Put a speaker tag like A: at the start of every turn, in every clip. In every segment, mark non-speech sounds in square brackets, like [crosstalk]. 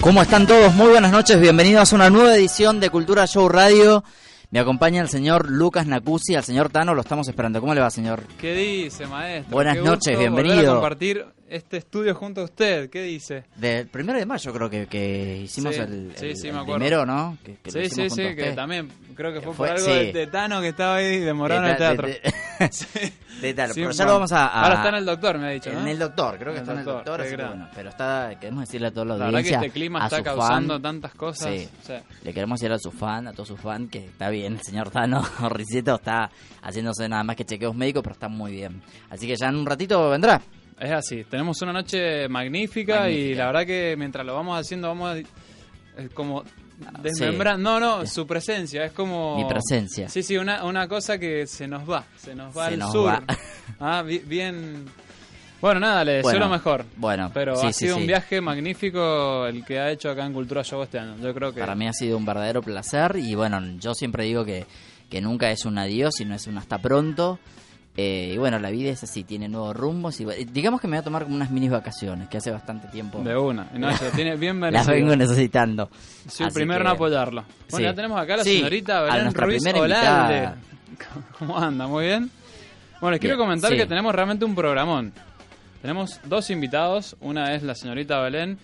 A: ¿Cómo están todos? Muy buenas noches, bienvenidos a una nueva edición de Cultura Show Radio. Me acompaña el señor Lucas Nacusi, al señor Tano, lo estamos esperando. ¿Cómo le va, señor?
B: ¿Qué dice, maestro?
A: Buenas
B: Qué
A: noches,
B: gusto
A: bienvenido.
B: volver a compartir este estudio junto a usted. ¿Qué dice?
A: Del primero de mayo creo que, que hicimos
B: Sí,
A: el,
B: sí,
A: el-
B: sí,
A: el
B: me acuerdo.
A: primero, ¿no? Que, que lo
B: sí,
A: hicimos junto
B: sí,
A: a
B: sí, que
A: usted.
B: también creo que
A: Que
B: fue,
A: fue-
B: por algo
A: sí.
B: del tetano que estaba ahí demorado en el
A: De tal-
B: teatro.
A: de-
B: [laughs]
A: de- de tal,
B: Sí,
A: pero ya
B: bueno.
A: lo vamos a... a-
B: Ahora está en el doctor, me ha dicho, ¿no?
A: en el doctor, creo que
B: En el
A: está en el
B: doctor,
A: doctor,
B: qué
A: así que
B: grande.
A: bueno, pero está, queremos decirle a toda la
B: La verdad que
A: audiencia,
B: este clima
A: a
B: está
A: su fan,
B: causando tantas cosas.
A: Sí.
B: O sea,
A: Le queremos decir a sus fans, a todos sus fans, que está bien, el señor Tano [laughs] Riceto está haciéndose nada más que chequeos médicos, pero está muy bien. Así que ya en un ratito vendrá.
B: es así. Tenemos una noche magnífica, y
A: Magnífica.
B: la verdad que mientras lo vamos haciendo vamos eh, como desmembrando. No, no, su presencia es como...
A: Mi presencia.
B: Sí, sí, una, una cosa que se nos va, se nos va
A: Se
B: al
A: nos
B: sur.
A: va.
B: [laughs] Ah, bi- bien. Bueno, nada, le deseo
A: Bueno,
B: lo mejor.
A: bueno,
B: pero
A: sí,
B: ha
A: sí,
B: sido
A: sí.
B: un viaje magnífico el que ha hecho acá en Cultura Show este año. Yo creo que.
A: Para mí ha sido un verdadero placer y bueno, yo siempre digo que, que nunca es un adiós, sino es un hasta pronto. Eh, y bueno, la vida es así, tiene nuevos rumbos. Y, eh, digamos que me voy a tomar como unas minis vacaciones, que hace bastante tiempo
B: De una.
A: [laughs]
B: No, se lo tiene bien
A: las vengo
B: merecido.
A: necesitando.
B: Soy el
A: Así
B: primero
A: que-
B: en apoyarlo. Bueno,
A: Sí.
B: ya tenemos acá a la
A: Sí,
B: señorita
A: a
B: Belén
A: nuestra
B: Ruiz
A: primera
B: Olalde.
A: invitada.
B: [laughs] ¿Cómo anda? ¿Muy bien? Bueno, les quiero
A: Bien,
B: comentar
A: sí.
B: que tenemos realmente un programón. Tenemos dos invitados. Una es la señorita Belén.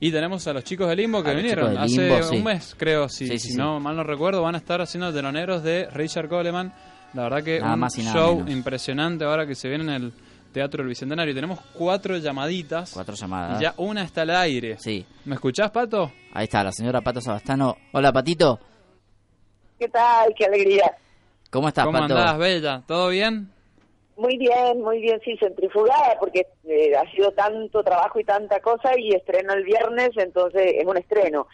B: Y tenemos a los chicos de Limbo que
A: A los
B: vinieron
A: chicos de
B: hace
A: Limbo, sí.
B: un mes, creo, si,
A: Sí, sí,
B: si
A: sí.
B: no mal no recuerdo. Van a estar haciendo teloneros de Richard Coleman. La verdad que
A: Nada
B: un
A: más y nada
B: show
A: menos.
B: impresionante ahora que se viene en el Teatro del Bicentenario. Tenemos cuatro llamaditas.
A: Cuatro
B: y
A: llamadas.
B: ya una está al aire.
A: Sí,
B: ¿Me escuchás, Pato?
A: ahí está, la señora Pato Sabastano. Hola, Patito.
C: ¿Qué tal? ¡Qué alegría!
A: ¿Cómo estás,
B: ¿Cómo
A: Pato?
B: andás, Bella? ¿Todo bien?
C: Muy bien, muy bien, sí, centrifugada, porque eh, ha sido tanto trabajo y tanta cosa, y estreno el viernes, entonces es un estreno,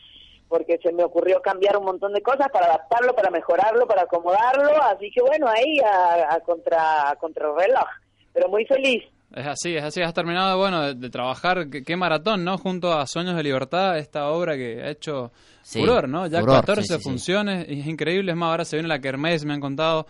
C: porque se me ocurrió cambiar un montón de cosas para adaptarlo, para mejorarlo, para acomodarlo, así que bueno, ahí a, a contra, a contrarreloj, pero muy feliz.
B: Es así, es así. Has terminado, bueno, de, de trabajar. Qué, qué maratón, ¿no? Junto a Sueños de Libertad, esta obra que ha hecho
A: Sí,
B: furor, ¿no? Ya
A: furor,
B: 14
A: sí, sí, sí.
B: funciones, y es increíble. Es más, ahora se viene la Kermés, me han contado.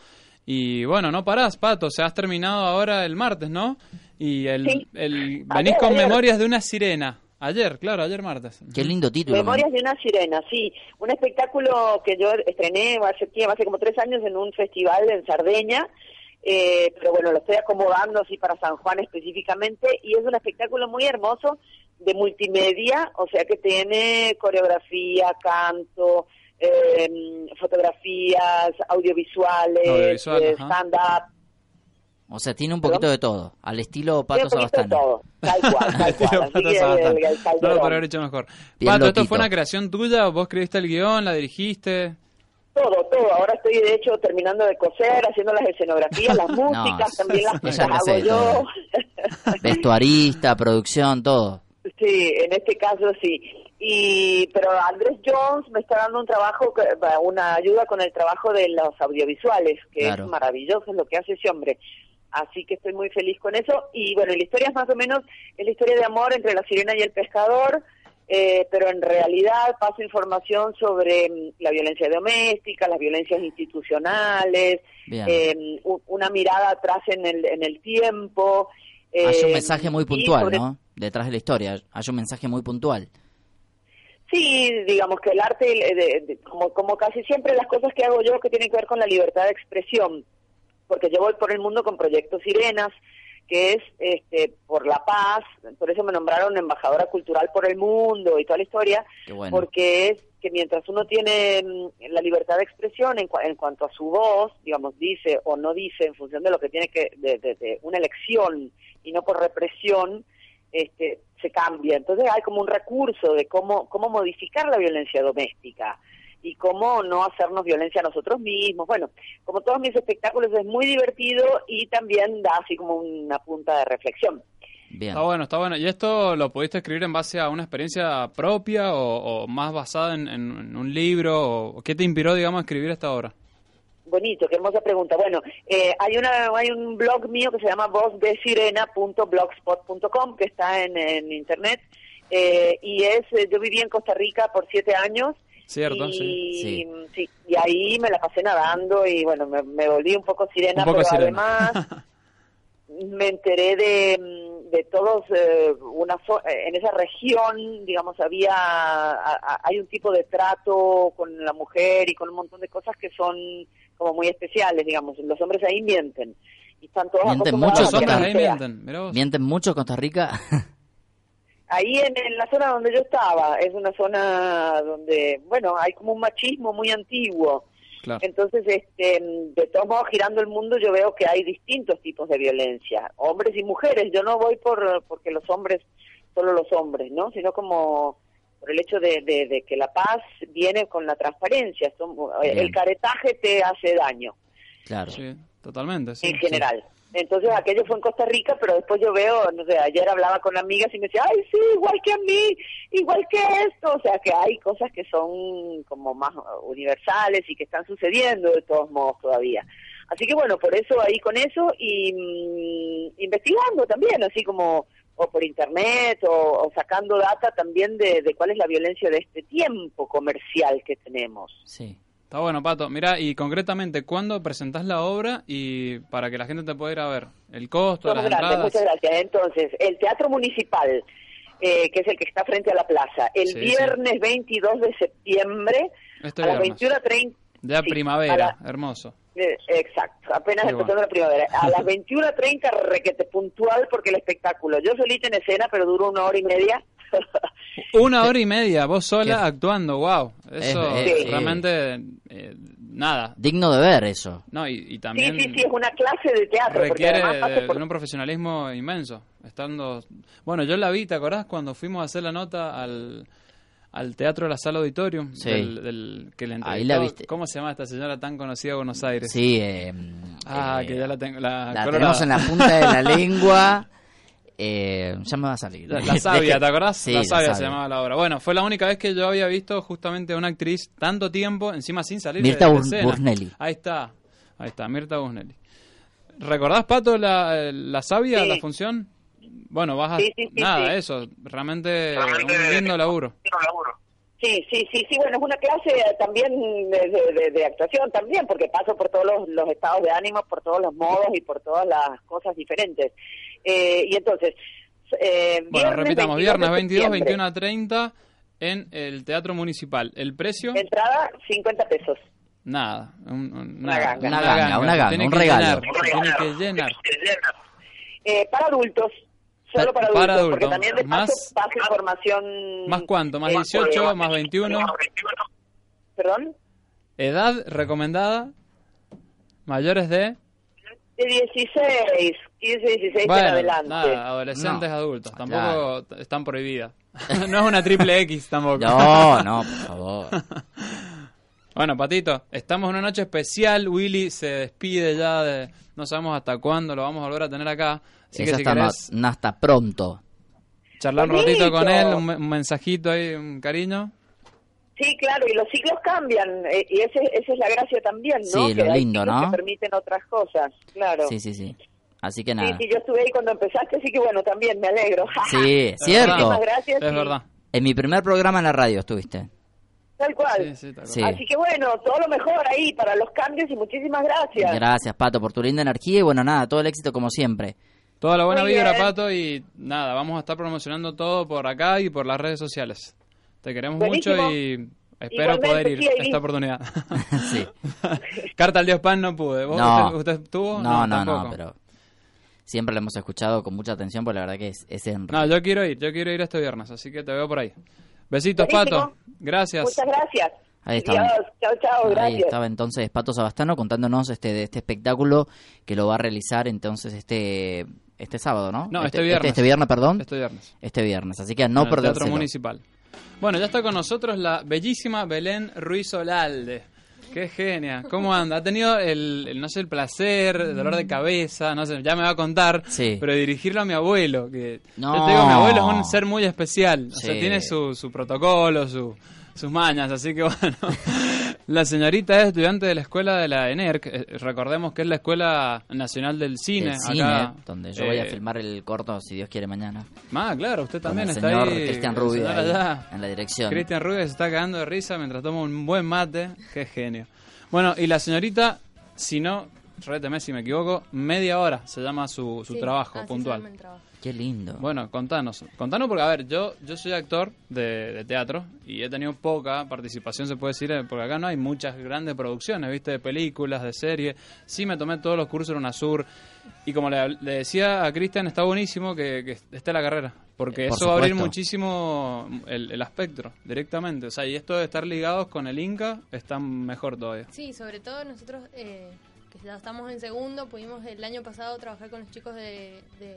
B: Y bueno, no parás, Pato. O sea, has terminado ahora el martes, ¿no? Y el,
C: Sí.
B: el-
C: Ayer,
B: venís con
C: ayer.
B: Memorias de una Sirena. Ayer, claro, ayer martes.
A: Qué lindo título. me-
C: Memorias de una sirena, sí. Un espectáculo que yo estrené hace tiempo, hace como tres años en un festival en Sardeña. eh, pero bueno, lo estoy acomodando así para San Juan específicamente. Y es un espectáculo muy hermoso de multimedia, o sea que tiene coreografía, canto, eh, fotografías, audiovisuales,
B: Audiovisual,
C: eh,
B: ajá.
C: stand-up.
A: O sea, tiene un poquito
C: ¿Perdón?
A: de todo, al estilo
C: tiene
A: Pato
C: un poquito de
A: Sabastano.
C: todo. Tal cual, tal cual. Así
B: Pato
C: que el-
B: Sabatán.
C: el
B: No lo
C: calderón.
B: podría haber hecho mejor.
A: Bien
B: Pato, ¿esto
A: loquito.
B: fue una creación tuya? ¿Vos escribiste el guión? ¿La dirigiste?
C: Todo, todo. Ahora estoy, de hecho, terminando de coser, haciendo las escenografías,
B: [laughs]
C: las músicas, también las
A: ella
C: cosas
A: lo hace
C: hago
A: de
C: yo.
A: todo. Vestuarista, producción, todo.
C: sí, en este caso sí. Y Pero Andrés Jones me está dando un trabajo, que- una ayuda con el trabajo de los audiovisuales, que
A: Claro.
C: es maravilloso es lo que hace ese hombre. Así que estoy muy feliz con eso. Y bueno, y la historia es más o menos, es la historia de amor entre la sirena y el pescador, eh, pero en realidad paso información sobre mm, la violencia doméstica, las violencias institucionales,
A: Bien.
C: eh, u- una mirada atrás en el, en el tiempo.
A: Hay un
C: eh,
A: mensaje muy
C: y
A: puntual,
C: sobre-
A: ¿no? Detrás de la historia, hay un mensaje muy puntual.
C: Sí, digamos que el arte, eh, de- de- como, como casi siempre las cosas que hago yo que tienen que ver con la libertad de expresión, porque yo voy por el mundo con proyectos sirenas, que es este, por la paz, por eso me nombraron embajadora cultural por el mundo y toda la historia,
A: Qué bueno.
C: porque es que mientras uno tiene mm, la libertad de expresión en, cua- en cuanto a su voz, digamos, dice o no dice en función de lo que tiene que, de, de- de una elección y no por represión, este, se cambia. Entonces hay como un recurso de cómo, cómo modificar la violencia doméstica y cómo no hacernos violencia a nosotros mismos. Bueno, como todos mis espectáculos es muy divertido y también da así como una punta de reflexión.
A: Bien.
B: Está bueno, está bueno. ¿Y esto lo pudiste escribir en base a una experiencia propia o, o más basada en, en- en un libro? O, ¿Qué te inspiró, digamos, a escribir esta obra?
C: Bonito, qué hermosa pregunta. Bueno, eh, hay una hay un blog mío que se llama vozdesirena.blogspot.com que está en, en internet eh, y es eh, yo viví en Costa Rica por siete años.
B: Cierto,
C: y,
B: sí.
A: Sí.
C: sí, y ahí me la pasé nadando y bueno, me, me volví un poco sirena,
B: Un poco
C: pero
B: sirena.
C: además
B: [laughs]
C: me enteré de, mm, de todos eh, una zo- eh, en esa región digamos había a- a- hay un tipo de trato con la mujer y con un montón de cosas que son como muy especiales digamos los hombres ahí mienten y están todos
A: Mienten
C: acostumbrados
B: Los
A: mucho,
C: a que
A: Costa
B: hombres
C: así
B: ahí
C: sea.
B: mienten, mirá vos.
A: Mienten mucho Costa Rica.
C: Ahí en, en la zona donde yo estaba, es una zona donde, bueno, hay como un machismo muy antiguo.
B: Claro.
C: Entonces, este, de todos modos, girando el mundo, yo veo que hay distintos tipos de violencia, hombres y mujeres. Yo no voy por porque los hombres, solo los hombres, ¿no? Sino como por el hecho de, de- de que la paz viene con la transparencia. Son- eh,
A: Bien.
C: el caretaje te hace daño
A: claro.
B: Sí, totalmente. sí,
C: en
B: sí.
C: general. Entonces aquello fue en Costa Rica, pero después yo veo, no sé, ayer hablaba con amigas y me decía, ay, sí, igual que a mí, igual que esto, o sea que hay cosas que son como más eh, universales y que están sucediendo de todos modos todavía. Así que bueno, por eso ahí con eso y mm, investigando también, así como o por internet o, o sacando data también de, de cuál es la violencia de este tiempo comercial que tenemos.
A: Sí.
B: Está bueno, Pato. Mira, y concretamente, ¿cuándo presentás la obra y para que la gente te pueda ir a ver? ¿El costo, las
C: Somos grandes,
B: entradas?
C: muchas gracias. Entonces, el Teatro Municipal, eh, que es el que está frente a la plaza, el
B: Sí, sí.
C: viernes 22 de septiembre
B: Este
C: a las
B: viernes.
C: 21.30.
B: Ya
C: sí, a
B: primavera,
C: la-
B: hermoso.
C: eh, exacto, apenas
B: Qué
C: empezando la primavera. A
B: [laughs]
C: las 21.30, requete puntual, porque el espectáculo. Yo solita en escena, pero duró una hora y media.
B: Una hora y media, vos sola
A: Qué-
B: actuando, [laughs] wow.
A: [laughs]
B: Eso
A: Es-
C: es-
B: realmente, eh, nada.
A: Digno de ver eso.
B: No, y, y
C: sí,
B: también
C: sí, sí, es una clase de teatro. porque
B: requiere
C: además pasa
B: de,
C: por-
B: de un profesionalismo inmenso. Estando, bueno, yo la vi, ¿te acordás? Cuando fuimos a hacer la nota al, al Teatro de la Sala Auditorium,
A: Sí.
B: del, del- que le
A: Ahí la
B: entrevistó-
A: viste.
B: ¿Cómo se llama esta señora tan conocida de Buenos Aires?
A: Sí. eh,
B: Ah,
A: eh,
B: que ya la tengo. La,
A: la
B: colorada.
A: tenemos en la punta de
C: [laughs]
B: [laughs]
A: la lengua. Eh, ya me va a salir.
B: La, la sabia, ¿te acordás?
A: Sí,
B: la,
A: la
B: sabia se
A: sabia.
B: llamaba la obra. Bueno, fue la única vez que yo había visto justamente a una actriz tanto tiempo, encima sin salir de-
A: Mirta
B: de,
A: Bur-
B: escena.
A: Busnelli.
B: Ahí está, ahí está, Mirta Busnelli. ¿Recordás, Pato, la, la sabia,
C: Sí.
B: la función? Bueno, vas a...
C: Sí, sí, sí,
B: nada,
C: sí.
B: eso, realmente,
D: Realmente-
B: un lindo laburo.
C: Sí, sí, sí, sí, bueno, es una clase eh, también de, de- de- de actuación también, porque paso por todos los, los estados de ánimo, por todos los modos y por todas las cosas diferentes. Eh, y entonces, eh,
B: Bueno, repitamos, viernes 22,
C: 21.
B: 21 a 30 en el Teatro Municipal. ¿El precio?
C: Entrada, 50 pesos.
B: Nada. un- un-
C: Una
B: nada,
C: ganga.
A: Una ganga, una ganga,
B: Tiene
A: un
B: que
A: regalo.
B: llenar, tiene que llenar.
C: Eh, para adultos, solo para
B: Para
C: adultos,
B: adultos,
C: porque también de paso
B: más-
C: pasa información...
B: ¿Más cuánto? ¿Más
C: eh,
B: 18? ¿Más 21?
C: Perdón,
B: Edad recomendada mayores de
C: de 16, 15, 16 en adelante.
B: nada, adolescentes,
A: No,
B: adultos, tampoco
A: claro.
B: t-
A: [laughs]
B: están prohibidas. no es una triple X tampoco.
A: No, no, por favor.
B: [laughs] Bueno, Patito, estamos en una noche especial, Willy se despide ya de no sabemos hasta cuándo lo vamos a volver a tener acá, así
A: Es
B: que si
A: hasta,
B: querés
A: no- hasta pronto.
B: charlar un ratito con él,
C: Bonito.
B: un, me- un mensajito ahí, un cariño.
C: Sí, claro, y los ciclos cambian, eh, y ese, esa es la gracia también, ¿no?
A: Sí, lo
C: hay
A: lindo,
C: ciclos
A: ¿no?
C: Que permiten otras cosas, claro.
A: Sí, sí, sí. Así que
C: Sí,
A: nada.
C: sí, yo estuve ahí cuando empezaste, así que bueno, también me alegro. [laughs]
A: Sí,
B: Es
A: cierto.
C: Muchísimas gracias.
B: Es
C: y
B: verdad.
A: En mi primer programa en la radio estuviste.
C: Tal cual.
B: Sí, sí, tal cual.
A: Sí.
C: Así que bueno, todo lo mejor ahí para los cambios y muchísimas gracias.
A: Gracias, Pato, por tu linda energía y bueno, nada, todo el éxito como siempre.
B: Toda la buena
C: Muy
B: vibra,
C: bien.
B: Pato, y nada, vamos a estar promocionando todo por acá y por las redes sociales. Te queremos mucho
C: Buenísimo.
B: y espero
C: Igualmente,
B: poder ir
C: sí, ahí.
B: esta oportunidad.
A: [laughs] Sí.
B: [laughs] Carta al Dios Pan no pude. ¿Vos,
A: No.
B: ¿Usted, usted estuvo?
A: No, no, no,
B: tampoco.
A: pero siempre la hemos escuchado con mucha atención, porque la verdad que es, es en
B: No, yo quiero ir, yo quiero ir este viernes, así que te veo por ahí. Besitos,
C: Buenísimo.
B: Pato. Gracias.
C: Muchas gracias.
A: Ahí estaba.
C: Adiós. Chao, chao.
A: Ahí
C: Gracias.
A: estaba entonces Pato Sabastano contándonos este de este espectáculo que lo va a realizar entonces este este sábado, ¿no?
B: No, este viernes.
A: Este, viernes, perdón.
B: Este viernes.
A: Este viernes, así que a no
B: en el Teatro
A: perdérselo.
B: Municipal. Bueno, ya está con nosotros la bellísima Belén Ruiz Olalde. Qué genia. ¿Cómo anda? Ha tenido el, el, no sé, el placer, el dolor de cabeza, no sé, ya me va a contar,
A: Sí.
B: pero dirigirlo a mi abuelo, que
A: No.
B: yo te digo, mi abuelo es un ser muy especial, o
A: Sí.
B: sea, tiene su, su protocolo, su- sus mañas, así que [laughs] bueno. La señorita es estudiante de la escuela de la ENERC, eh, recordemos que es la Escuela Nacional del Cine,
A: Del cine,
B: acá,
A: donde yo voy a
B: eh,
A: filmar el corto si Dios quiere mañana.
B: Ah, claro, usted
A: Con
B: también
A: el
B: está
A: señor
B: ahí.
A: Cristian
B: el
A: Rubio
B: señor
A: ahí,
B: allá.
A: en la dirección.
B: Cristian Rubio se está cagando de risa mientras toma un buen mate. Qué genio. Bueno, y la señorita, si no, réteme si me equivoco, media hora se llama su, su
D: Ah, Sí,
B: trabajo
D: así se
B: puntual.
D: llama el trabajo.
A: Qué lindo.
B: Bueno, contanos. Contanos porque, a ver, yo, yo soy actor de, de teatro y he tenido poca participación, se puede decir, eh, porque acá no hay muchas grandes producciones, ¿viste? De películas, de series. Sí me tomé todos los cursos en UNASUR. Y como le, le decía a Cristian, está buenísimo que, que esté la carrera. Porque
A: Eh, por
B: eso va a abrir
A: supuesto.
B: muchísimo el, el espectro, directamente. O sea, y esto de estar ligados con el Inca está mejor todavía.
D: Sí, sobre todo nosotros eh, que ya estamos en segundo, pudimos el año pasado trabajar con los chicos de, de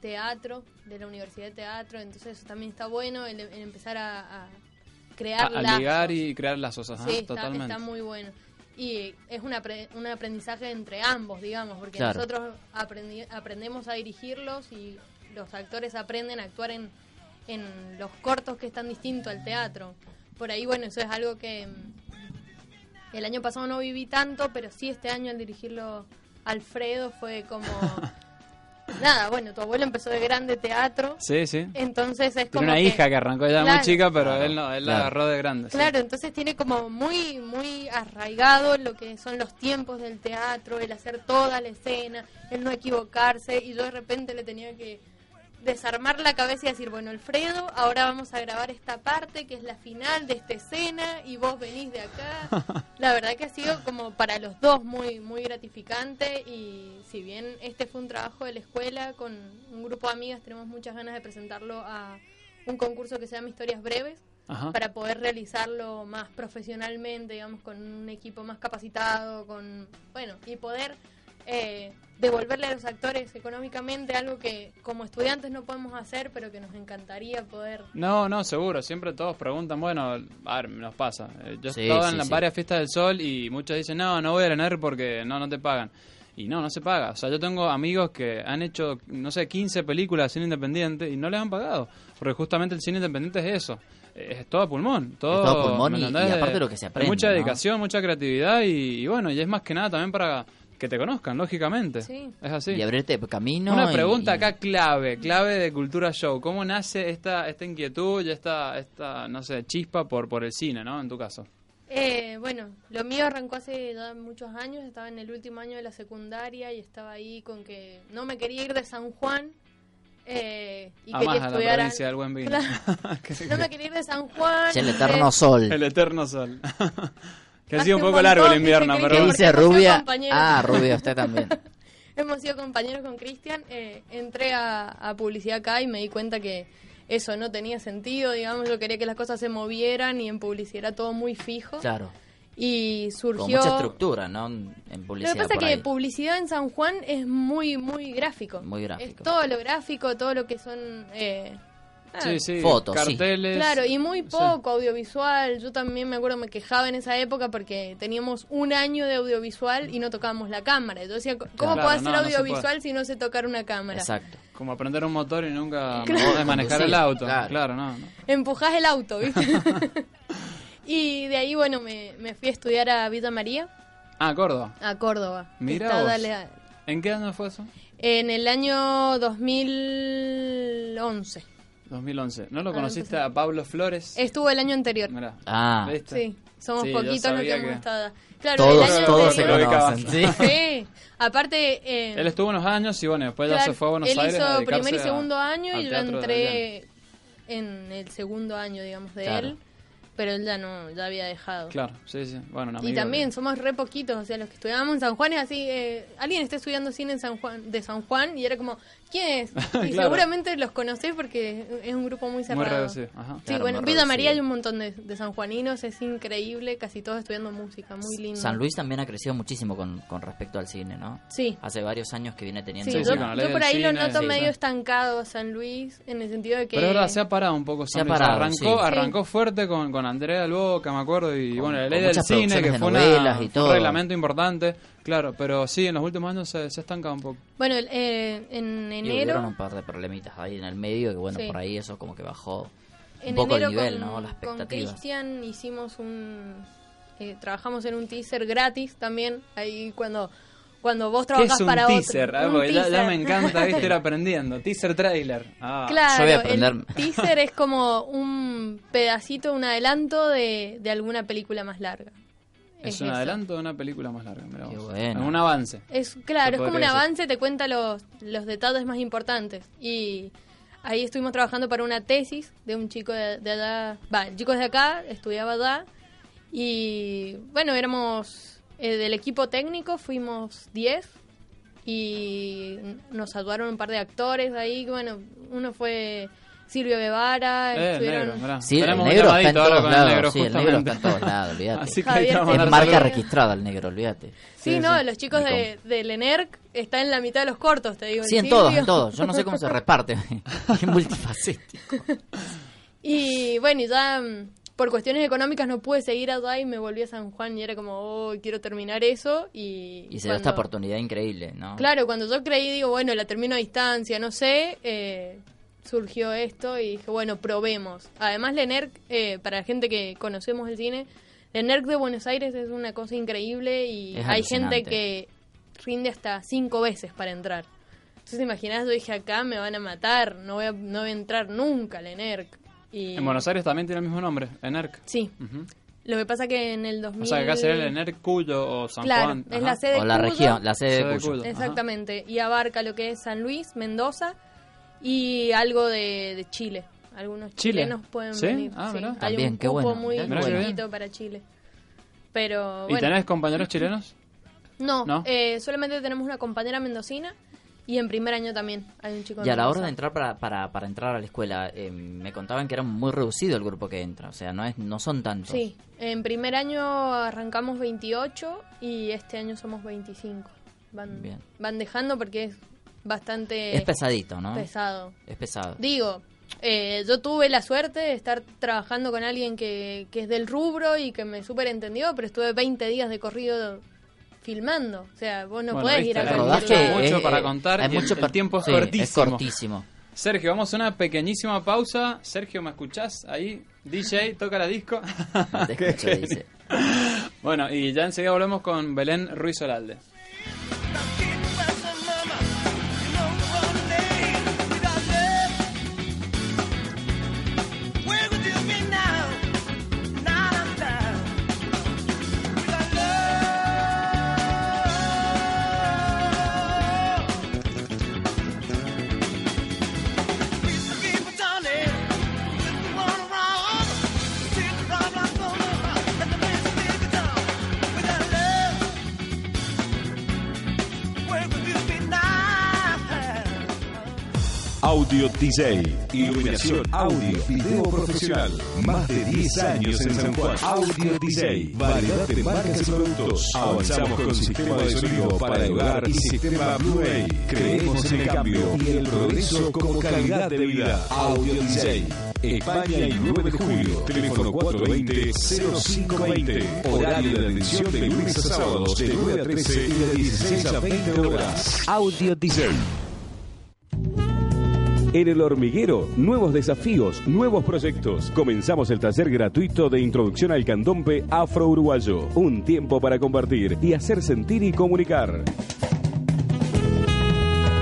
D: teatro, de la Universidad de Teatro, entonces eso también está bueno, el, el empezar a, a
B: A,
D: crear
B: a
D: lazos.
B: ligar y crear lazos, ajá,
D: Sí, está,
B: totalmente.
D: está muy bueno. Y eh, es un, apre- un aprendizaje entre ambos, digamos, porque
A: Claro.
D: nosotros aprendi- aprendemos a dirigirlos y los actores aprenden a actuar en, en los cortos que están distintos al teatro. Por ahí, bueno, eso es algo que mm, el año pasado no viví tanto, pero sí este año al dirigirlo a Alfredo fue
B: [laughs]
D: como... Nada, bueno, tu abuelo empezó de grande teatro,
B: Sí, sí.
D: entonces es
B: Tiene
D: como...
B: una
D: que-
B: hija que arrancó ya muy
D: Claro.
B: chica, pero
A: Claro,
B: él no, él la
A: claro.
B: agarró de grande. sí.
D: Claro, entonces tiene como muy, muy arraigado lo que son los tiempos del teatro, el hacer toda la escena, el no equivocarse, y yo de repente le tenía que desarmar la cabeza y decir, bueno, Alfredo, ahora vamos a grabar esta parte que es la final de esta escena y vos venís de acá. La verdad que ha sido como para los dos muy, muy gratificante y si bien este fue un trabajo de la escuela con un grupo de amigas, tenemos muchas ganas de presentarlo a un concurso que se llama Historias Breves
B: Ajá.
D: para poder realizarlo más profesionalmente, digamos, con un equipo más capacitado, con bueno, y poder eh, devolverle a los actores económicamente algo que como estudiantes no podemos hacer, pero que nos encantaría poder.
B: No, no, seguro. Siempre todos preguntan, bueno, a ver, nos pasa. Eh, Yo
A: Sí,
B: estaba
A: sí,
B: en las
A: sí.
B: varias fiestas del sol y muchos dicen, no, no voy a ganar porque no, no te pagan. Y no, no se paga. O sea, yo tengo amigos que han hecho, no sé, 15 películas de cine independiente y no les han pagado. Porque justamente el cine independiente es eso. Eh, Es todo a pulmón. Todo,
A: todo a pulmón
B: ¿me
A: y-
B: entendés?
A: y aparte
B: De-
A: lo que se
B: de
A: aprende,
B: Mucha
A: ¿no?
B: dedicación, mucha creatividad y, y bueno, y es más que nada también para que te conozcan, lógicamente.
D: Sí.
B: Es así.
A: Y abrirte camino.
B: Una
A: y-
B: pregunta
A: y-
B: acá clave, clave de Cultura Show. ¿Cómo nace esta, esta inquietud y esta, esta, no sé, chispa por, por el cine, ¿no? En tu caso.
D: Eh, bueno, lo mío arrancó hace ya muchos años, estaba en el último año de la secundaria y estaba ahí con que no me quería ir de San Juan eh, y
B: a
D: quería
B: más a la
D: estudiar al-
B: provincia del Buen Vino.
D: [laughs] Claro.
B: Qué [laughs] sé
D: No
B: yo.
D: me quería ir de San Juan. eh,
A: Es el
D: entonces-
A: eterno sol.
B: El eterno sol. que ha
D: Hace
B: sido un
D: un
B: poco largo el
D: montón que
B: invierno,
D: se
A: ¿Qué
B: pero...
D: cree
A: dice
D: porque no son
A: Rubia?
D: compañeros.
A: Ah, Rubia, usted
D: [laughs]
A: también.
D: Hemos sido compañeros con Cristian. eh, entré a, a publicidad acá y me di cuenta que eso no tenía sentido. Digamos, yo quería que las cosas se movieran y en publicidad era todo muy fijo.
A: Claro.
D: Y
A: Con
D: surgió.
A: mucha estructura, ¿no? En
D: Lo
A: publicidad.
D: que pasa es
A: por
D: que
A: ahí.
D: publicidad en San Juan es muy, muy gráfico.
A: Muy gráfico.
D: Es todo lo gráfico, todo lo que son. eh, ah,
B: Sí, sí.
A: Fotos, sí.
B: carteles.
D: Claro, y muy
B: Sí.
D: poco audiovisual. Yo también me acuerdo, me quejaba en esa época porque teníamos un año de audiovisual y no tocábamos la cámara. Yo decía, ¿cómo
A: Claro,
D: puedo hacer
B: no, no se
D: audiovisual si no sé tocar una cámara?
A: Exacto.
B: [laughs] Como aprender un motor y nunca
D: Claro.
B: poder manejar el
A: Conducir,
B: auto. Claro,
A: claro.
B: no, no.
D: Empujás el auto, ¿viste? [laughs] y de ahí, bueno, me, me fui a estudiar a Villa María,
B: Ah, Córdoba.
D: a Córdoba. que
B: Mirá
D: está
B: vos.
D: dale a-
B: ¿En qué año fue eso?
D: en el año 2011.
B: 2011. ¿No lo
D: Ah,
B: conociste
D: entonces-
B: a Pablo Flores?
D: Estuvo el año anterior.
B: Mirá.
A: Ah.
B: ¿Viste?
D: Sí, somos
B: Sí, yo
D: poquitos los que,
B: sabía
D: hemos
B: que-
D: estado. Claro, el
A: Todos,
D: año
A: todos se
D: anterior-
B: Lo ubicabas.
A: conocen, sí.
D: [laughs] Sí, aparte. eh,
B: Él estuvo unos años y bueno, después ya
D: claro,
B: se fue a Buenos
D: él
B: Aires. a
D: hizo
B: dedicarse
D: primer y
B: a-
D: segundo año
B: al
D: y yo
B: teatro de Adrián.
D: entré en el segundo año, digamos, de
A: Claro.
D: él. pero él ya no, ya había dejado.
B: Claro, sí, sí. Bueno, un
D: Y
B: amigo
D: también
B: que-
D: somos re poquitos, o sea, los que estudiábamos en San Juan es así, eh, alguien está estudiando cine en San Juan, de San Juan y era como, ¿quién
B: [laughs]
D: es? Y
B: Claro.
D: seguramente los conocés porque es un grupo muy cerrado.
B: Muy reducido. Ajá.
D: Sí,
A: Claro,
D: bueno, en
A: muy
D: Villa
A: reducido.
D: María hay un montón de, de sanjuaninos, es increíble, casi todos estudiando música, muy lindo.
A: San Luis también ha crecido muchísimo con, con respecto al cine, ¿no?
D: Sí.
A: Hace varios años que viene teniendo...
D: Sí,
B: Sí,
D: yo,
B: sí, con la ley
D: yo por
B: del
D: ahí lo
B: cine,
D: noto
B: sí,
D: medio
B: sí.
D: estancado San Luis, en el sentido de que...
B: Pero es verdad, se ha parado un poco.
A: Se
B: San
A: ha
B: Luis.
A: parado,
B: arrancó,
A: sí.
B: arrancó fuerte con, con Andrea del Boca, me acuerdo, y
A: Con-
B: bueno, la
A: con
B: ley del
A: muchas
B: cine,
A: producciones
B: que
A: de
B: fue,
A: novelas
B: una,
A: y
B: fue
A: todo.
B: un reglamento importante. Claro, pero sí, en los últimos años se, se ha estancado un poco.
D: Bueno, el- eh, en
A: Y hubieron
D: enero...
A: un par de problemitas ahí en el medio que, bueno,
D: Sí.
A: por ahí eso como que bajó un
D: en
A: poco el
D: enero
A: nivel,
D: con,
A: ¿no? La
D: con
A: expectativa.
D: Cristian hicimos un... eh, trabajamos en un teaser gratis también, ahí cuando, cuando vos
B: ¿Qué
D: trabajás
B: es un
D: para
B: teaser?
D: otro.
B: Ah,
D: un
B: porque ya, ya
D: teaser.
B: me encanta,
D: [laughs]
B: viste, ir aprendiendo. Teaser trailer. Ah,
D: Claro,
A: Yo voy a
D: el
A: aprender.
D: teaser es como un pedacito, un adelanto de, de alguna película más larga.
B: Es,
D: Es
B: un
D: eso.
B: adelanto de una película más larga, mirá
A: Qué
B: vos.
A: bueno.
B: Es un avance.
D: Es
B: Se
D: claro, es como un
B: podría decir.
D: avance, te cuenta los, los detalles más importantes. Y ahí estuvimos trabajando para una tesis de un chico de, de allá, va, el chico de acá, estudiaba allá. Y bueno, éramos eh, del equipo técnico, fuimos 10 y nos ayudaron un par de actores ahí. Bueno, uno fue Silvio Guevara,
B: Eh, el
D: estuvieron-
B: negro, mirá.
A: Sí, el
B: Tenemos un
A: negro está en
B: llamadito ahora
A: todos
B: con el negro,
A: lados. Sí, el negro
B: justamente.
A: está en todos lados, olvídate.
B: Así que
D: Javier
B: ahí estamos
D: Bueno,
A: Es
D: Fernández.
A: marca
D: saludos.
A: registrada el negro, olvídate.
D: Sí,
B: Sí,
D: no,
B: sí.
D: los chicos
A: Me
D: de, del ENERC están en la mitad de los cortos, te digo.
A: Sí, en
D: Silvio.
A: todos, en todos. Yo no sé
D: [laughs]
A: cómo se reparte. [laughs] Qué multifacético.
D: Y bueno, y ya mm, por cuestiones económicas no pude seguir allá y me volví a San Juan y era como, oh, quiero terminar eso. Y,
A: Y se dio esta
D: cuando-
A: oportunidad increíble, ¿no?
D: Claro, cuando yo creí, digo, bueno, la termino a distancia, no sé, eh, surgió esto y dije, bueno, probemos. Además, Lenerc, eh, para la gente que conocemos el cine, Lenerc de Buenos Aires es una cosa increíble y
A: Es
D: hay
A: alucinante.
D: gente que rinde hasta cinco veces para entrar. Entonces, imaginás, yo dije, acá me van a matar, no voy a, no voy a entrar nunca a Lenerc. Y...
B: En Buenos Aires también tiene el mismo nombre, ENERC.
D: Sí.
B: Ujú.
D: Lo que pasa que en el 2000...
B: O sea, que acá sería el ENERC Cuyo o San
D: Claro,
B: Juan.
D: es la
B: ajá.
D: sede de
A: o la
D: Cuyo.
A: región, la sede
B: Sede
A: de
B: de
A: Cuyo.
B: Cuyo. Ajá.
D: Exactamente, y abarca lo que es San Luis, Mendoza y algo de, de Chile. Algunos
B: Chile.
D: chilenos pueden
B: ¿Sí?
D: venir.
B: Ah, mirá.
D: Hay
A: También,
D: un
A: qué
D: cupo
A: bueno,
D: muy
A: mirá
B: qué bueno.
D: chiquito para Chile. Pero
B: ¿Y
D: bueno,
B: tenés compañeros chilenos?
D: no,
B: no?
D: eh, solamente tenemos una compañera mendocina y en primer año también hay un chico de
A: Y a la
D: Mendoza.
A: hora de entrar para, para, para entrar a la escuela, eh, me contaban que era muy reducido el grupo que entra. O sea, no es no son tantos.
D: Sí, en primer año arrancamos 28 y este año somos 25. Van,
A: Bien.
D: van dejando porque es bastante
A: Es pesadito, ¿no?
D: eh, pesado.
A: Es pesado.
D: Digo, eh, yo tuve la suerte de estar trabajando con alguien que, que es del rubro y que me súper entendió, pero estuve 20 días de corrido filmando. O sea, vos no
B: Bueno,
D: podés
B: viste,
D: ir a
B: el
D: cualquier
B: rodaje
D: lado.
B: es- mucho para contar
A: hay
B: y el-
A: mucho
B: el
A: para-
B: tiempo es
A: sí,
B: cortísimo.
A: cortísimo.
B: Sergio, vamos a una pequeñísima pausa. Sergio, ¿me escuchás? Ahí, DJ, toca la disco.
A: No [laughs] te
B: [laughs]
A: escucho, dice.
B: Bueno, y ya enseguida volvemos con Belén Ruiz Olalde.
E: Audio DJ, iluminación, audio, video profesional. Más de 10 años en San Juan. Audio DJ, variedad de marcas y productos. Avanzamos con sistema de sonido para el hogar y sistema Blu-ray. Creemos en el cambio y el progreso como calidad de vida. Audio DJ, España y 9 de julio. Teléfono 420-0520. Horario de atención de lunes a sábados de 9 a 13 y de 16 a 20 horas.
F: Audio Diesel.
E: En el hormiguero, nuevos desafíos, nuevos proyectos. Comenzamos el taller gratuito de introducción al candombe afro-uruguayo. Un tiempo para compartir y hacer sentir y comunicar.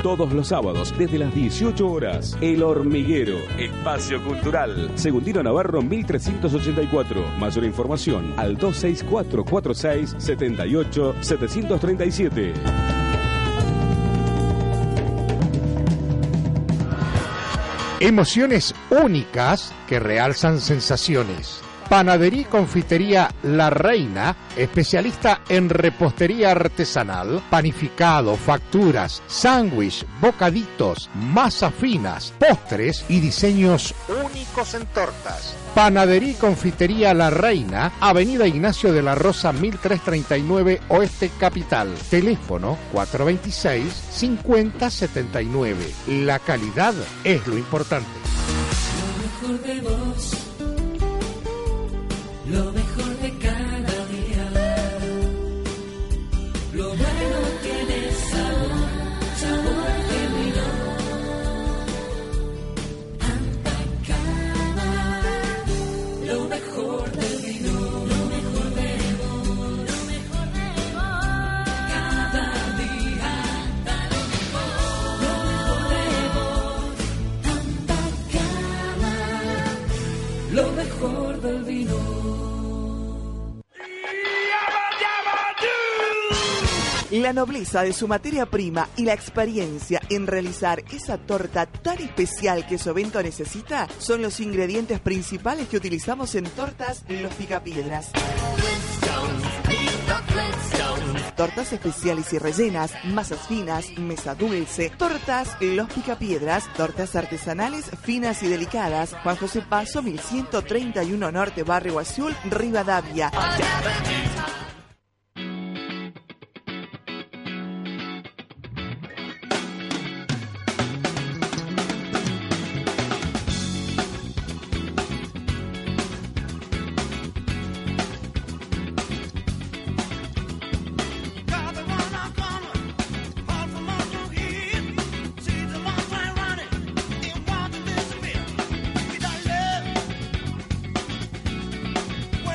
E: Todos los sábados, desde las 18 horas, El Hormiguero, Espacio Cultural. Segundino Navarro, 1384. Mayor información al 26446-78-737.
G: Emociones únicas que realzan sensaciones.
F: Panadería y Confitería La Reina, especialista en repostería artesanal, panificado, facturas, sándwich, bocaditos, masas finas, postres y diseños únicos en tortas. Panadería y Confitería La Reina, Avenida Ignacio de la Rosa 1339 Oeste Capital. Teléfono 426-5079. La calidad es lo importante.
G: mejor de vos, lo mejor de cada día. Lo bueno tiene sabor, sabor genuino. Antacama, lo mejor del vino, lo mejor de vos, lo mejor de vos. Cada día, da lo mejor, lo mejor de vos. Antacama lo mejor del vino.
H: La nobleza de su materia prima y la experiencia en realizar esa torta tan especial que Sovento necesita son los ingredientes principales que utilizamos en tortas Los Picapiedras. Tortas especiales y rellenas, masas finas, mesa dulce, tortas Los Picapiedras, tortas artesanales finas y delicadas, Juan José Paso, 1131 Norte, Barrio Azul, Rivadavia.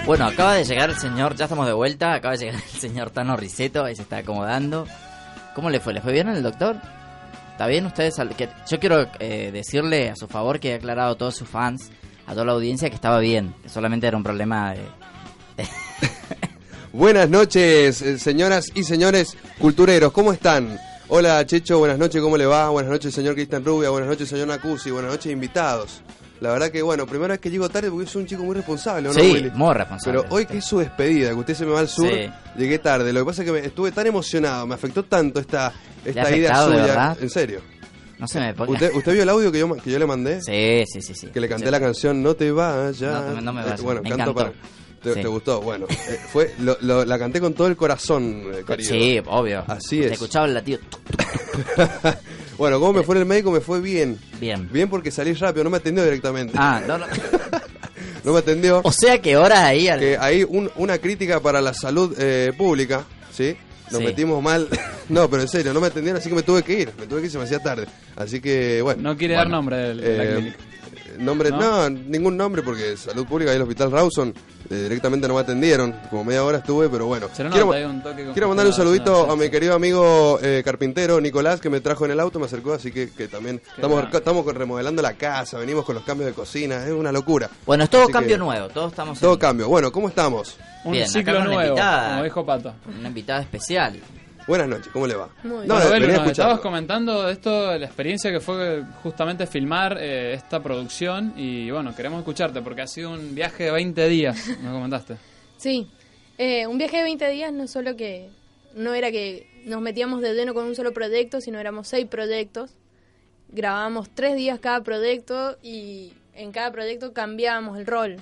A: Bueno, acaba de llegar el señor, ya estamos de vuelta, acaba de llegar [laughs] el señor Tano Riceto, ahí se está acomodando. ¿Cómo le fue? ¿Le fue bien al doctor? ¿Está bien ustedes? al- que- Yo quiero eh, decirle a su favor que he aclarado a todos sus fans, a toda la audiencia, que estaba bien, que solamente era un problema de...
I: Buenas noches, eh, señoras y señores cultureros, ¿cómo están? Hola Checho, buenas noches, ¿cómo le va? Buenas noches, señor Cristian Rubia, buenas noches, señor Nacusi, buenas noches, invitados. La verdad que, bueno, primera vez que llego tarde porque soy un chico muy responsable, ¿o ¿no,
A: Sí,
I: Willy?
A: muy responsable.
I: Pero hoy que es su despedida, que usted se me va al sur,
A: Sí.
I: llegué tarde. Lo que pasa es que me- estuve tan emocionado, me afectó tanto esta, esta idea
A: afectado, de
I: suya.
A: verdad?
I: En serio.
A: No se me ponga... [laughs]
I: ¿Usted, usted vio el audio que yo, ma- que yo le mandé?
A: Sí, sí, sí, sí.
I: Que le canté
A: Sí.
I: la canción No te vayas.
A: No te- no me
I: Eh,
A: vayas,
I: Bueno,
A: me
I: canto para.
A: encantó.
I: ¿Te,
A: Sí.
I: te gustó? Bueno, eh, fue lo- lo- la canté con todo el corazón, eh, querido.
A: Sí, obvio.
I: Así
A: Te
I: es.
A: escuchaba el latido. tuc,
I: [laughs] Bueno, ¿cómo me fue en el médico? Me fue bien.
A: Bien.
I: Bien porque salí rápido, no me atendió directamente.
A: Ah, no, no.
I: [laughs] No me atendió.
A: O sea que horas ahí... al-
I: que hay un- una crítica para la salud eh, pública, ¿sí? Nos
A: Sí.
I: metimos mal. [laughs] No, pero en serio, no me atendieron, así que me tuve que ir. Me tuve que ir, se me hacía tarde. Así que, bueno.
B: No quiere dar nombre de la
I: Eh,
B: clínica.
I: nombre,
B: ¿No?
I: ¿No? ningún nombre porque Salud Pública y el Hospital Rawson eh, directamente no me atendieron. Como media hora estuve, pero bueno.
B: Se lo
I: Quiero,
B: nota, hay un toque con-
I: quiero mandarle un
B: con la-
I: saludito
B: con la-
I: a mi querido amigo eh, carpintero Nicolás que me trajo en el auto, me acercó, así que, que también estamos,
B: grande.
I: estamos con- remodelando la casa, venimos con los cambios de cocina, es una locura.
A: Bueno, es todo
I: Así
A: cambio
I: que-
A: nuevo, todos estamos...
I: Todo
A: en-
I: cambio. Bueno, ¿cómo estamos?
B: Un
A: Bien, acá
B: ciclo
A: con la
B: nuevo,
A: invitada.
B: como dijo Pato.
A: Una invitada especial.
I: Buenas noches, ¿cómo le va?
D: Muy bien.
I: No,
B: Bueno,
I: no,
B: Belu,
I: venía
B: nos estabas
I: escuchando.
B: comentando de esto, de la experiencia que fue justamente filmar eh, esta producción y bueno, queremos escucharte porque ha sido un viaje de 20 días, me comentaste.
D: Sí, eh, un viaje de 20 días no solo que no era que nos metíamos de lleno con un solo proyecto, sino éramos seis proyectos. Grabábamos tres días cada proyecto y en cada proyecto cambiábamos el rol.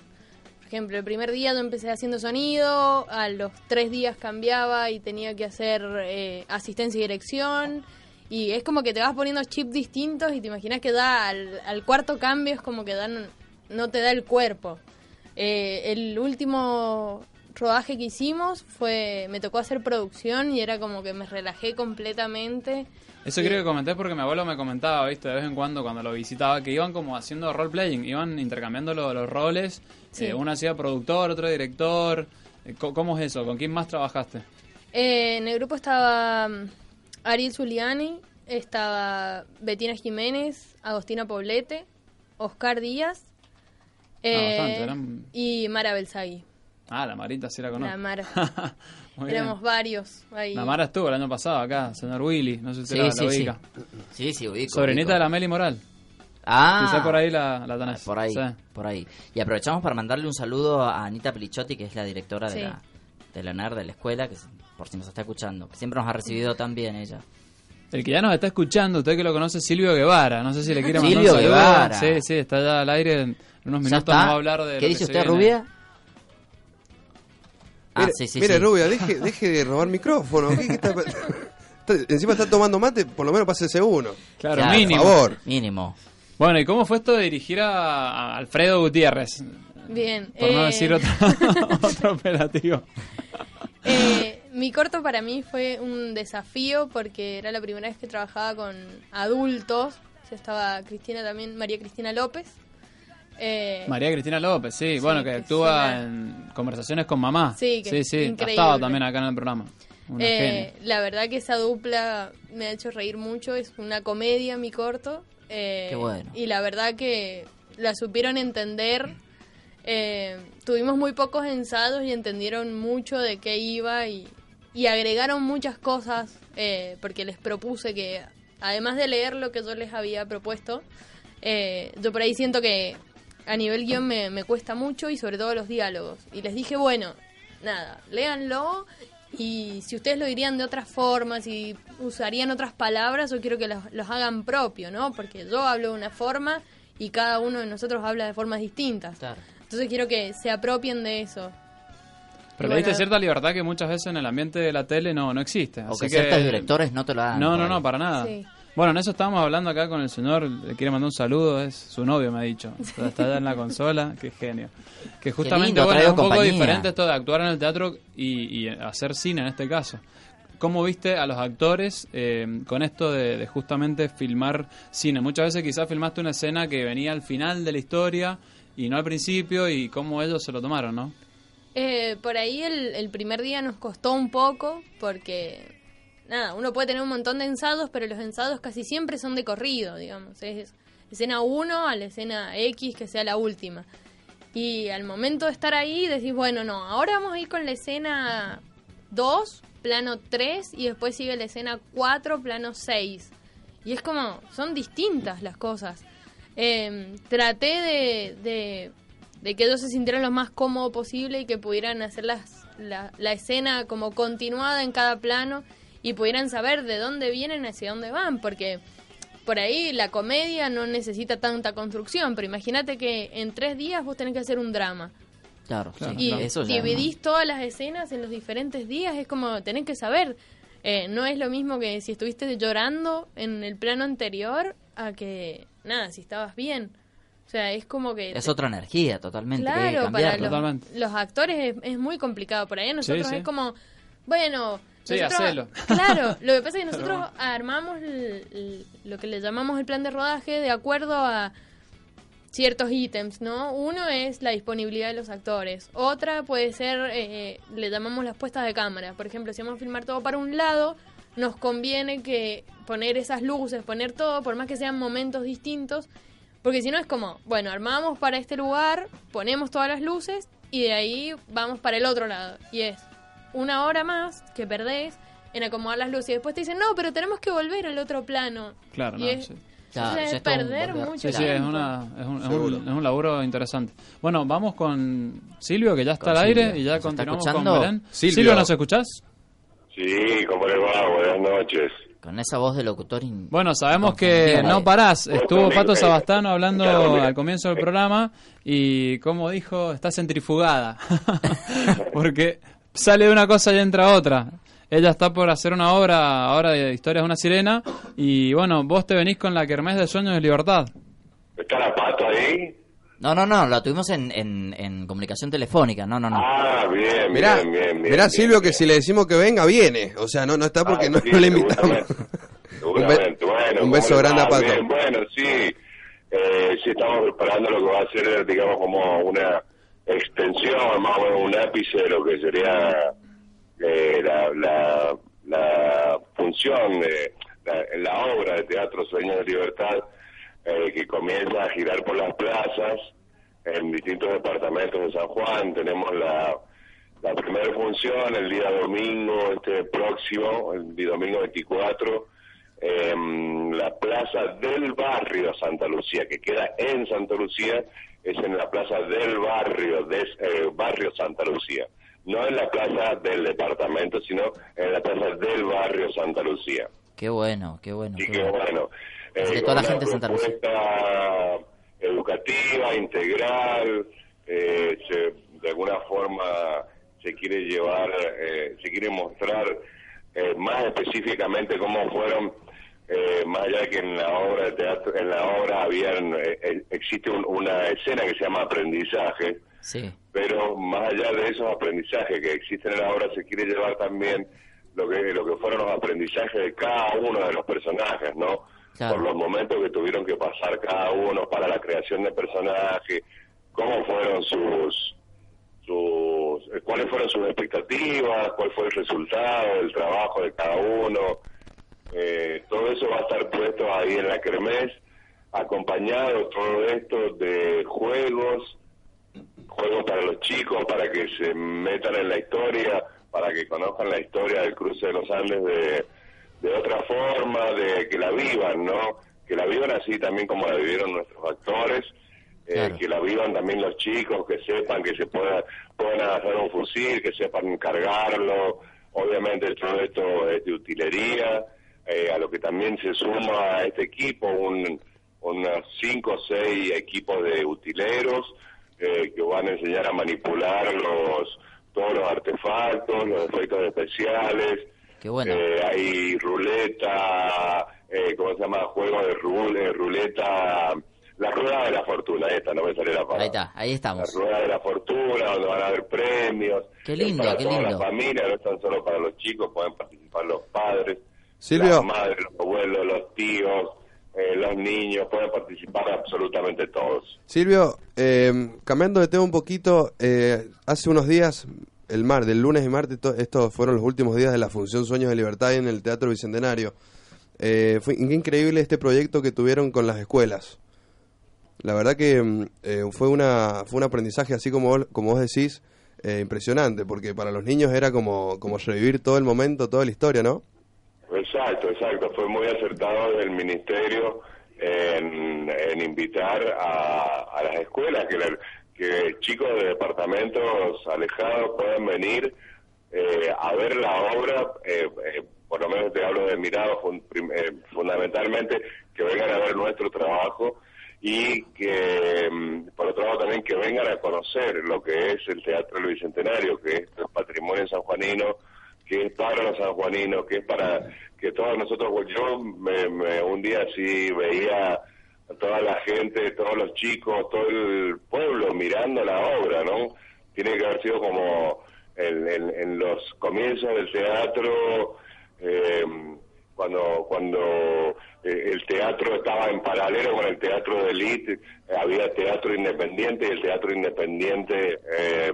D: Por ejemplo, el primer día yo empecé haciendo sonido, a los tres días cambiaba y tenía que hacer eh, asistencia y dirección. Y es como que te vas poniendo chips distintos y te imaginas que da al, al cuarto cambio es como que dan, no te da el cuerpo. Eh, el último rodaje que hicimos fue, me tocó hacer producción y era como que me relajé completamente.
B: Eso
D: Sí.
B: creo que comenté porque mi abuelo me comentaba, viste, de vez en cuando cuando lo visitaba, que iban como haciendo role-playing, iban intercambiando lo- los roles.
D: Sí.
B: Eh, uno hacía productor, otro director. Eh, co- ¿Cómo es eso? ¿Con quién más trabajaste?
D: Eh, en el grupo estaba mm, Ariel Zuliani, estaba Betina Jiménez, Agostina Poblete, Oscar Díaz eh,
B: Ah, bastante, eran-
D: y Mara Belsagui.
B: Ah, la Marita sí la conozco.
D: La Mara.
B: [laughs] Muy bien.
D: Éramos varios ahí.
B: La Mara estuvo el año pasado acá, señor Willy, no sé si
A: Sí,
B: la, la
A: sí, sí.
B: ubica.
A: Sí, sí, ubico.
B: Sobrinita
A: ubico.
B: de la Meli Moral.
A: Ah,
B: Quizá por ahí la, la tenés.
A: por ahí,
B: Sí.
A: por ahí. Y aprovechamos para mandarle un saludo a Anita Pelichotti, que es la directora
D: Sí.
A: de la de la NER de la escuela, que s- por si nos está escuchando. Siempre nos ha recibido tan bien ella.
B: El que ya nos está escuchando, usted que lo conoce, Silvio Guevara. No sé si le quiere mandar
A: Silvio
B: un saludo.
A: Guevara.
B: Sí, sí, está ya al aire. En unos
A: ¿Ya
B: minutos
A: está?
B: nos va a hablar de.
A: ¿Qué
B: lo que
A: dice
B: se
A: usted,
B: viene.
A: Rubia? Ah,
I: Mire,
A: sí, sí,
I: mire,
A: sí. [laughs]
I: Rubia, deje, deje de robar micrófono. ¿Qué- qué está- [laughs] está- encima está tomando mate, por lo menos pásese uno.
B: Claro,
A: Claro,
B: mínimo.
I: Por favor.
A: Mínimo.
B: Bueno, ¿y cómo fue esto de dirigir a, a Alfredo Gutiérrez?
D: Bien.
B: Por no
D: eh,
B: decir otro, [laughs] otro operativo.
D: Eh, mi corto para mí fue un desafío porque era la primera vez que trabajaba con adultos. Yo estaba Cristina también, María Cristina López. Eh,
B: María Cristina López, sí, bueno, que
D: que
B: actúa
D: es una-
B: en conversaciones con mamá.
D: Sí, que
B: sí,
D: es
B: sí.
D: increíble.
B: Estaba también acá en el programa. Una
D: eh,
B: genia.
D: la verdad que esa dupla me ha hecho reír mucho. Es una comedia mi corto. eh,
A: Qué bueno.
D: Y la verdad que la supieron entender. Eh, tuvimos muy pocos ensayos y entendieron mucho de qué iba y, y agregaron muchas cosas eh, porque les propuse que, además de leer lo que yo les había propuesto, eh, yo por ahí siento que a nivel guión me, me cuesta mucho y sobre todo los diálogos. Y les dije, bueno, nada, léanlo y si ustedes lo dirían de otras formas y usarían otras palabras, yo quiero que los, los hagan propio, ¿no? Porque yo hablo de una forma y cada uno de nosotros habla de formas distintas.
A: Claro.
D: Entonces quiero que se apropien de eso.
B: Pero
D: y
B: le diste
D: bueno.
B: cierta libertad que muchas veces en el ambiente de la tele no, no existe.
A: O
B: así
A: que ciertos directores no te lo dan.
B: No, no,
A: todavía.
B: no, para nada.
D: Sí.
B: Bueno, en eso estábamos hablando acá con el señor, le quiere mandar un saludo, es su novio, me ha dicho. Está allá en la consola, qué genio. Que justamente
A: lindo, ha
B: bueno, es
A: traído
B: un poco
A: compañía.
B: diferente esto de actuar en el teatro y, y hacer cine en este caso. ¿Cómo viste a los actores eh, con esto de, de justamente filmar cine? Muchas veces quizás filmaste una escena que venía al final de la historia y no al principio y cómo ellos se lo tomaron, ¿no?
D: Eh, por ahí el, el primer día nos costó un poco porque, nada, uno puede tener un montón de ensados, pero los ensados casi siempre son de corrido, digamos. Es escena 1 a la escena X, que sea la última. Y al momento de estar ahí decís, bueno, no, ahora vamos a ir con la escena 2, plano 3, y después sigue la escena 4, plano 6. Y es como, son distintas las cosas. Eh, traté de, de, de que ellos se sintieran lo más cómodo posible y que pudieran hacer las, la, la escena como continuada en cada plano y pudieran saber de dónde vienen hacia dónde van, porque por ahí la comedia no necesita tanta construcción, pero imagínate que en tres días vos tenés que hacer un drama.
A: Ah, Claro,
B: Claro,
A: sí,
D: Y
A: eso ya,
D: dividís
A: ¿no?
D: todas las escenas en los diferentes días, es como tenés que saber. Eh, no es lo mismo que si estuviste llorando en el plano anterior a que, nada, si estabas bien. O sea, es como que...
A: Es otra energía totalmente. que hay que
D: Claro, para
A: cambiarla.
D: los,
B: Totalmente.
D: los actores es, es muy complicado. Por ahí a nosotros
B: sí.
D: es como, bueno...
B: Sí,
D: nosotros-
B: hacelo.
D: Claro, lo que pasa es que nosotros armamos l- l- lo que le llamamos el plan de rodaje de acuerdo a ciertos ítems, ¿no? Uno es la disponibilidad de los actores. Otra puede ser, eh, le llamamos las puestas de cámara. Por ejemplo, si vamos a filmar todo para un lado, nos conviene que poner esas luces, poner todo, por más que sean momentos distintos, porque si no es como, bueno, armamos para este lugar, ponemos todas las luces y de ahí vamos para el otro lado. Y es una hora más que perdés en acomodar las luces. Y después te dicen, no, pero tenemos que volver al otro plano.
B: Claro,
D: Y
B: no,
D: es-
B: sí.
A: Claro,
D: Entonces,
A: ya es todo un
D: perder
A: volver.
D: mucho
B: Sí, sí, es,
D: tiempo.
B: una, es, un, es, un,
I: Seguro.
B: es un laburo interesante. Bueno, vamos con Silvio, que ya está
A: Con
B: al aire,
A: Silvio.
B: y ya
A: ¿Nos está
B: continuamos con
A: escuchando?
B: Belén. Silvio.
I: Silvio.
B: ¿nos escuchás?
J: Sí, ¿cómo le va? Buenas noches.
A: Con esa voz de locutor. in-
B: Bueno, sabemos que
A: Confundido.
B: no parás. Estuvo
J: Confundido.
B: Pato Sabastano hablando
J: Claro, mira.
B: al comienzo del programa y, como dijo, está centrifugada. [laughs] Porque sale de una cosa y entra otra. Ella está por hacer una obra ahora de historias de una sirena y, bueno, vos te venís con la kermés de Sueños de Libertad.
J: ¿Está la pato ahí?
A: No, no, no, la tuvimos en, en, en comunicación telefónica. No, no, no.
J: Ah, bien,
I: Mirá,
J: bien, bien, bien,
I: mirá
J: bien,
I: Silvio, que
J: bien.
I: si le decimos que venga, viene. O sea, no, no está porque
J: Ah,
I: no, [laughs]
J: sí,
I: no le invitamos.
J: seguramente, seguramente.
I: Un be-
J: Bueno,
I: un beso
J: ¿cómo le
I: grande
J: va?
I: a Pato.
J: Bien, bueno, sí. Eh, sí, estamos preparando lo que va a ser, digamos, como una extensión, más o menos un ápice de lo que sería eh, la, la, la función, de, la, la obra de Teatro Sueños de Libertad, eh, que comienza a girar por las plazas en distintos departamentos de San Juan. Tenemos la, la primera función el día domingo, este próximo, el día domingo 24, en La Plata. plaza del barrio Santa Lucía, que queda en Santa Lucía, es en la plaza del barrio, de, eh, barrio Santa Lucía. No en la plaza del departamento, sino en la plaza del barrio Santa Lucía.
A: Qué bueno, qué bueno.
J: Así
A: qué
J: que
A: bueno.
J: bueno.
A: Así que toda
J: con
A: la
J: una
A: gente de Santa Lucía.
J: propuesta educativa, integral, eh, se- de alguna forma se quiere llevar, eh, se quiere mostrar eh, más específicamente cómo fueron, eh, más allá de que en la obra de teatro, en la obra habían, eh, eh, existe un- una escena que se llama aprendizaje,
A: Sí.
J: pero más allá de esos aprendizajes que existen en la obra se quiere llevar también lo que lo que fueron los aprendizajes de cada uno de los personajes no
A: Claro.
J: por los momentos que tuvieron que pasar cada uno para la creación de personajes cómo fueron sus sus eh, cuáles fueron sus expectativas cuál fue el resultado del trabajo de cada uno Eh, todo eso va a estar puesto ahí en la kermés acompañado todo esto de juegos juegos para los chicos, para que se metan en la historia, para que conozcan la historia del cruce de los Andes de, de otra forma, de que la vivan, ¿no? Que la vivan así también como la vivieron nuestros actores, eh,
A: Claro.
J: que la vivan también los chicos, que sepan que se pueda, puedan agarrar un fusil, que sepan cargarlo, obviamente todo esto es de utilería, eh, a lo que también se suma a este equipo un unos cinco o seis equipos de utileros eh, que van a enseñar a manipular los todos los artefactos, los efectos especiales,
A: Qué bueno.
J: eh, hay ruleta, eh, ¿cómo se llama? Juego de rule, ruleta, la rueda de la fortuna, esta no me sale la palabra.
A: ahí está, ahí
J: La
A: estamos.
J: rueda de la fortuna, donde van a haber premios.
A: Qué
J: Es
A: lindo,
J: para
A: qué
J: toda
A: lindo.
J: la familia, no es tan solo para los chicos, pueden participar los padres,
I: Silvio.
J: las madres, los abuelos, los tíos, eh, los niños, pueden participar absolutamente todos.
I: Silvio, eh, cambiando de tema un poquito, eh, hace unos días, el mar, del lunes y martes, to- estos fueron los últimos días de la función Sueños de Libertad en el Teatro Bicentenario. Eh, fue in- increíble este proyecto que tuvieron con las escuelas. La verdad que mm, eh, fue, una, fue un aprendizaje, así como vos, como vos decís, eh, impresionante, porque para los niños era como, como revivir todo el momento, toda la historia, ¿no?
J: Exacto, exacto. Fue muy acertado del ministerio en, en invitar a, a las escuelas, que, la- que chicos de departamentos alejados puedan venir eh, a ver la obra, eh, eh, por lo menos te hablo de mirado fun- prim- eh, fundamentalmente, que vengan a ver nuestro trabajo y que, mm, por otro lado, también que vengan a conocer lo que es el Teatro del Bicentenario, que es el patrimonio sanjuanino, que es para los sanjuaninos, que es para que todos nosotros, bueno, yo me- me- un día así veía a toda la gente, todos los chicos, todo el pueblo mirando la obra, ¿no? Tiene que haber sido como en, en- en los comienzos del teatro, eh, cuando cuando eh, el teatro estaba en paralelo con el teatro de élite, eh, había teatro independiente y el teatro independiente eh,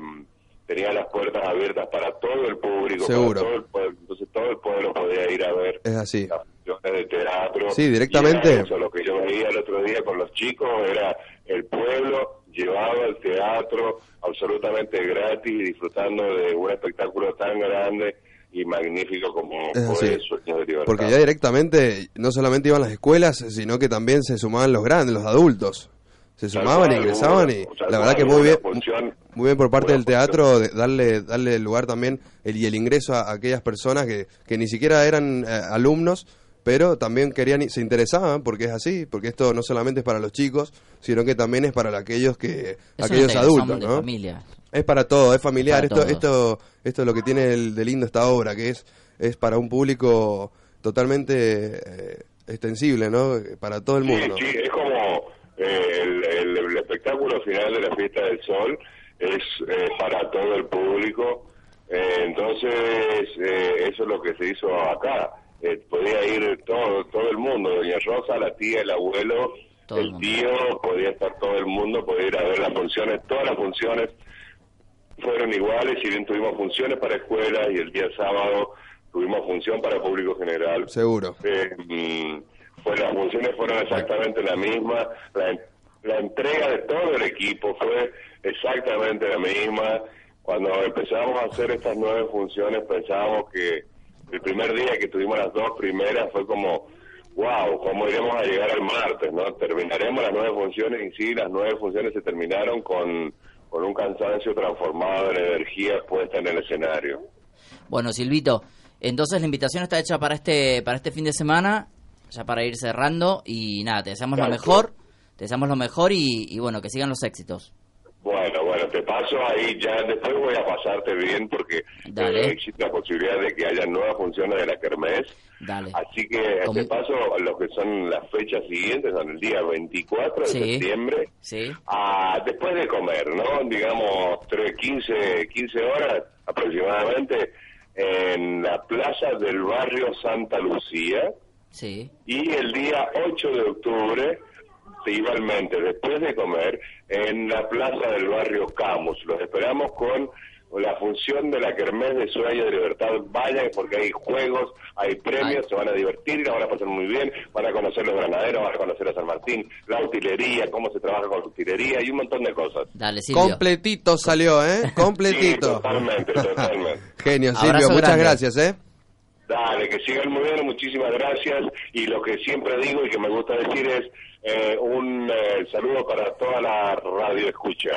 J: tenía las puertas abiertas para todo el público, para
I: Seguro.
J: todo el pueblo. entonces todo el pueblo podía ir a ver
I: Es así.
J: las funciones de teatro.
I: Sí, directamente.
J: Y era eso, lo que yo veía el otro día con los chicos era el pueblo llevado al teatro absolutamente gratis y disfrutando de un espectáculo tan grande y magnífico como
I: Es
J: fue
I: así.
J: Sueños de Libertad.
I: Porque ya directamente no solamente iban las escuelas, sino que también se sumaban los grandes, los adultos. Se
J: Tal
I: sumaban,
J: cual,
I: ingresaban
J: hubo-
I: y
J: tal
I: la verdad
J: cual,
I: que
J: hubo
I: muy
J: una
I: bien,
J: función-
I: muy bien por parte
J: una
I: del teatro de darle darle lugar también el, y el ingreso a aquellas personas que, que ni siquiera eran eh, alumnos, pero también querían y se interesaban porque es así, porque esto no solamente es para los chicos, sino que también es para aquellos que
A: Es una
I: aquellos
A: integración
I: adultos,
A: de
I: ¿no?
A: familia.
I: Es para todo, es familiar.
A: Para
I: Esto,
A: todo.
I: esto, esto es lo que tiene el- de lindo esta obra, que es, es para un público totalmente eh, extensible, ¿no? Para todo el
J: Sí,
I: mundo.
J: Sí, es como eh, el, el- el espectáculo final de la fiesta del sol, es eh, para todo el público, Eh, entonces eh, eso es lo que se hizo acá. Eh, podía ir todo, todo el mundo, doña Rosa, la tía, el abuelo,
A: Todo el
J: el
A: mundo.
J: tío, podía estar todo el mundo, podía ir a ver las funciones, todas las funciones fueron iguales, si bien tuvimos funciones para escuelas y el día sábado tuvimos función para público general.
I: Seguro.
J: Eh, mm, pues las funciones fueron exactamente la misma, la, en- la entrega de todo el equipo fue exactamente la misma. Cuando empezamos a hacer estas nueve funciones pensábamos que el primer día que tuvimos las dos primeras fue como wow, ¿cómo iremos a llegar al martes? no Terminaremos las nueve funciones y sí, las nueve funciones se terminaron con, con un cansancio transformado en energía puesta en el escenario.
A: Bueno, Silvito, entonces la invitación está hecha para este, para este fin de semana, ya para ir cerrando, y nada, te deseamos lo
J: Gracias.
A: mejor, te deseamos lo mejor y, y bueno, que sigan los éxitos.
J: Bueno, bueno, te paso ahí ya, después voy a pasarte bien porque
A: Dale.
J: eh, existe la posibilidad de que haya nuevas funciones de la Kermés.
A: Dale.
J: Así que
A: Como-
J: te paso lo que son las fechas siguientes, son el día 24 de
A: Sí.
J: septiembre,
A: Sí.
J: a, después de comer, ¿no? Digamos, tres- 15, 15 horas aproximadamente en la plaza del barrio Santa Lucía.
A: Sí.
J: Y el día 8 de octubre, sí, igualmente, después de comer, en la plaza del barrio Camus. Los esperamos con la función de la Kermés de Sueño de Libertad. Vayan porque hay juegos, hay premios, se van a divertir, la van a pasar muy bien, van a conocer los granaderos, van a conocer a San Martín, la utilería, cómo se trabaja con la utilería y un montón de cosas.
A: Dale, Silvio.
I: Completito salió, ¿eh?
J: Sí,
I: Completito.
J: totalmente, totalmente.
I: [laughs] Genio, Silvio,
A: Abrazo
I: muchas
A: grande.
I: gracias, ¿eh?
J: Dale, que sigan muy bien, muchísimas gracias. Y lo que siempre digo y que me gusta decir es eh, un eh, saludo para toda la radio escucha.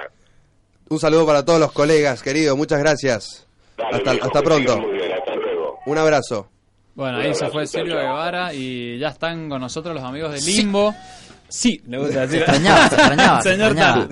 I: Un saludo para todos los colegas, querido, muchas gracias.
J: Dale,
I: Hasta,
J: viejo,
I: hasta
J: que sigan
I: pronto.
J: Muy bien, hasta luego.
I: Un abrazo.
B: Bueno,
J: Un
B: ahí se
J: abrazo,
B: fue
J: chao,
B: Silvio
J: chao.
B: Guevara y ya están con nosotros los amigos de Limbo. Sí, le gusta decir.
A: extrañaba, se
B: [laughs]
A: extrañaba, se
B: Señor
A: extrañaba.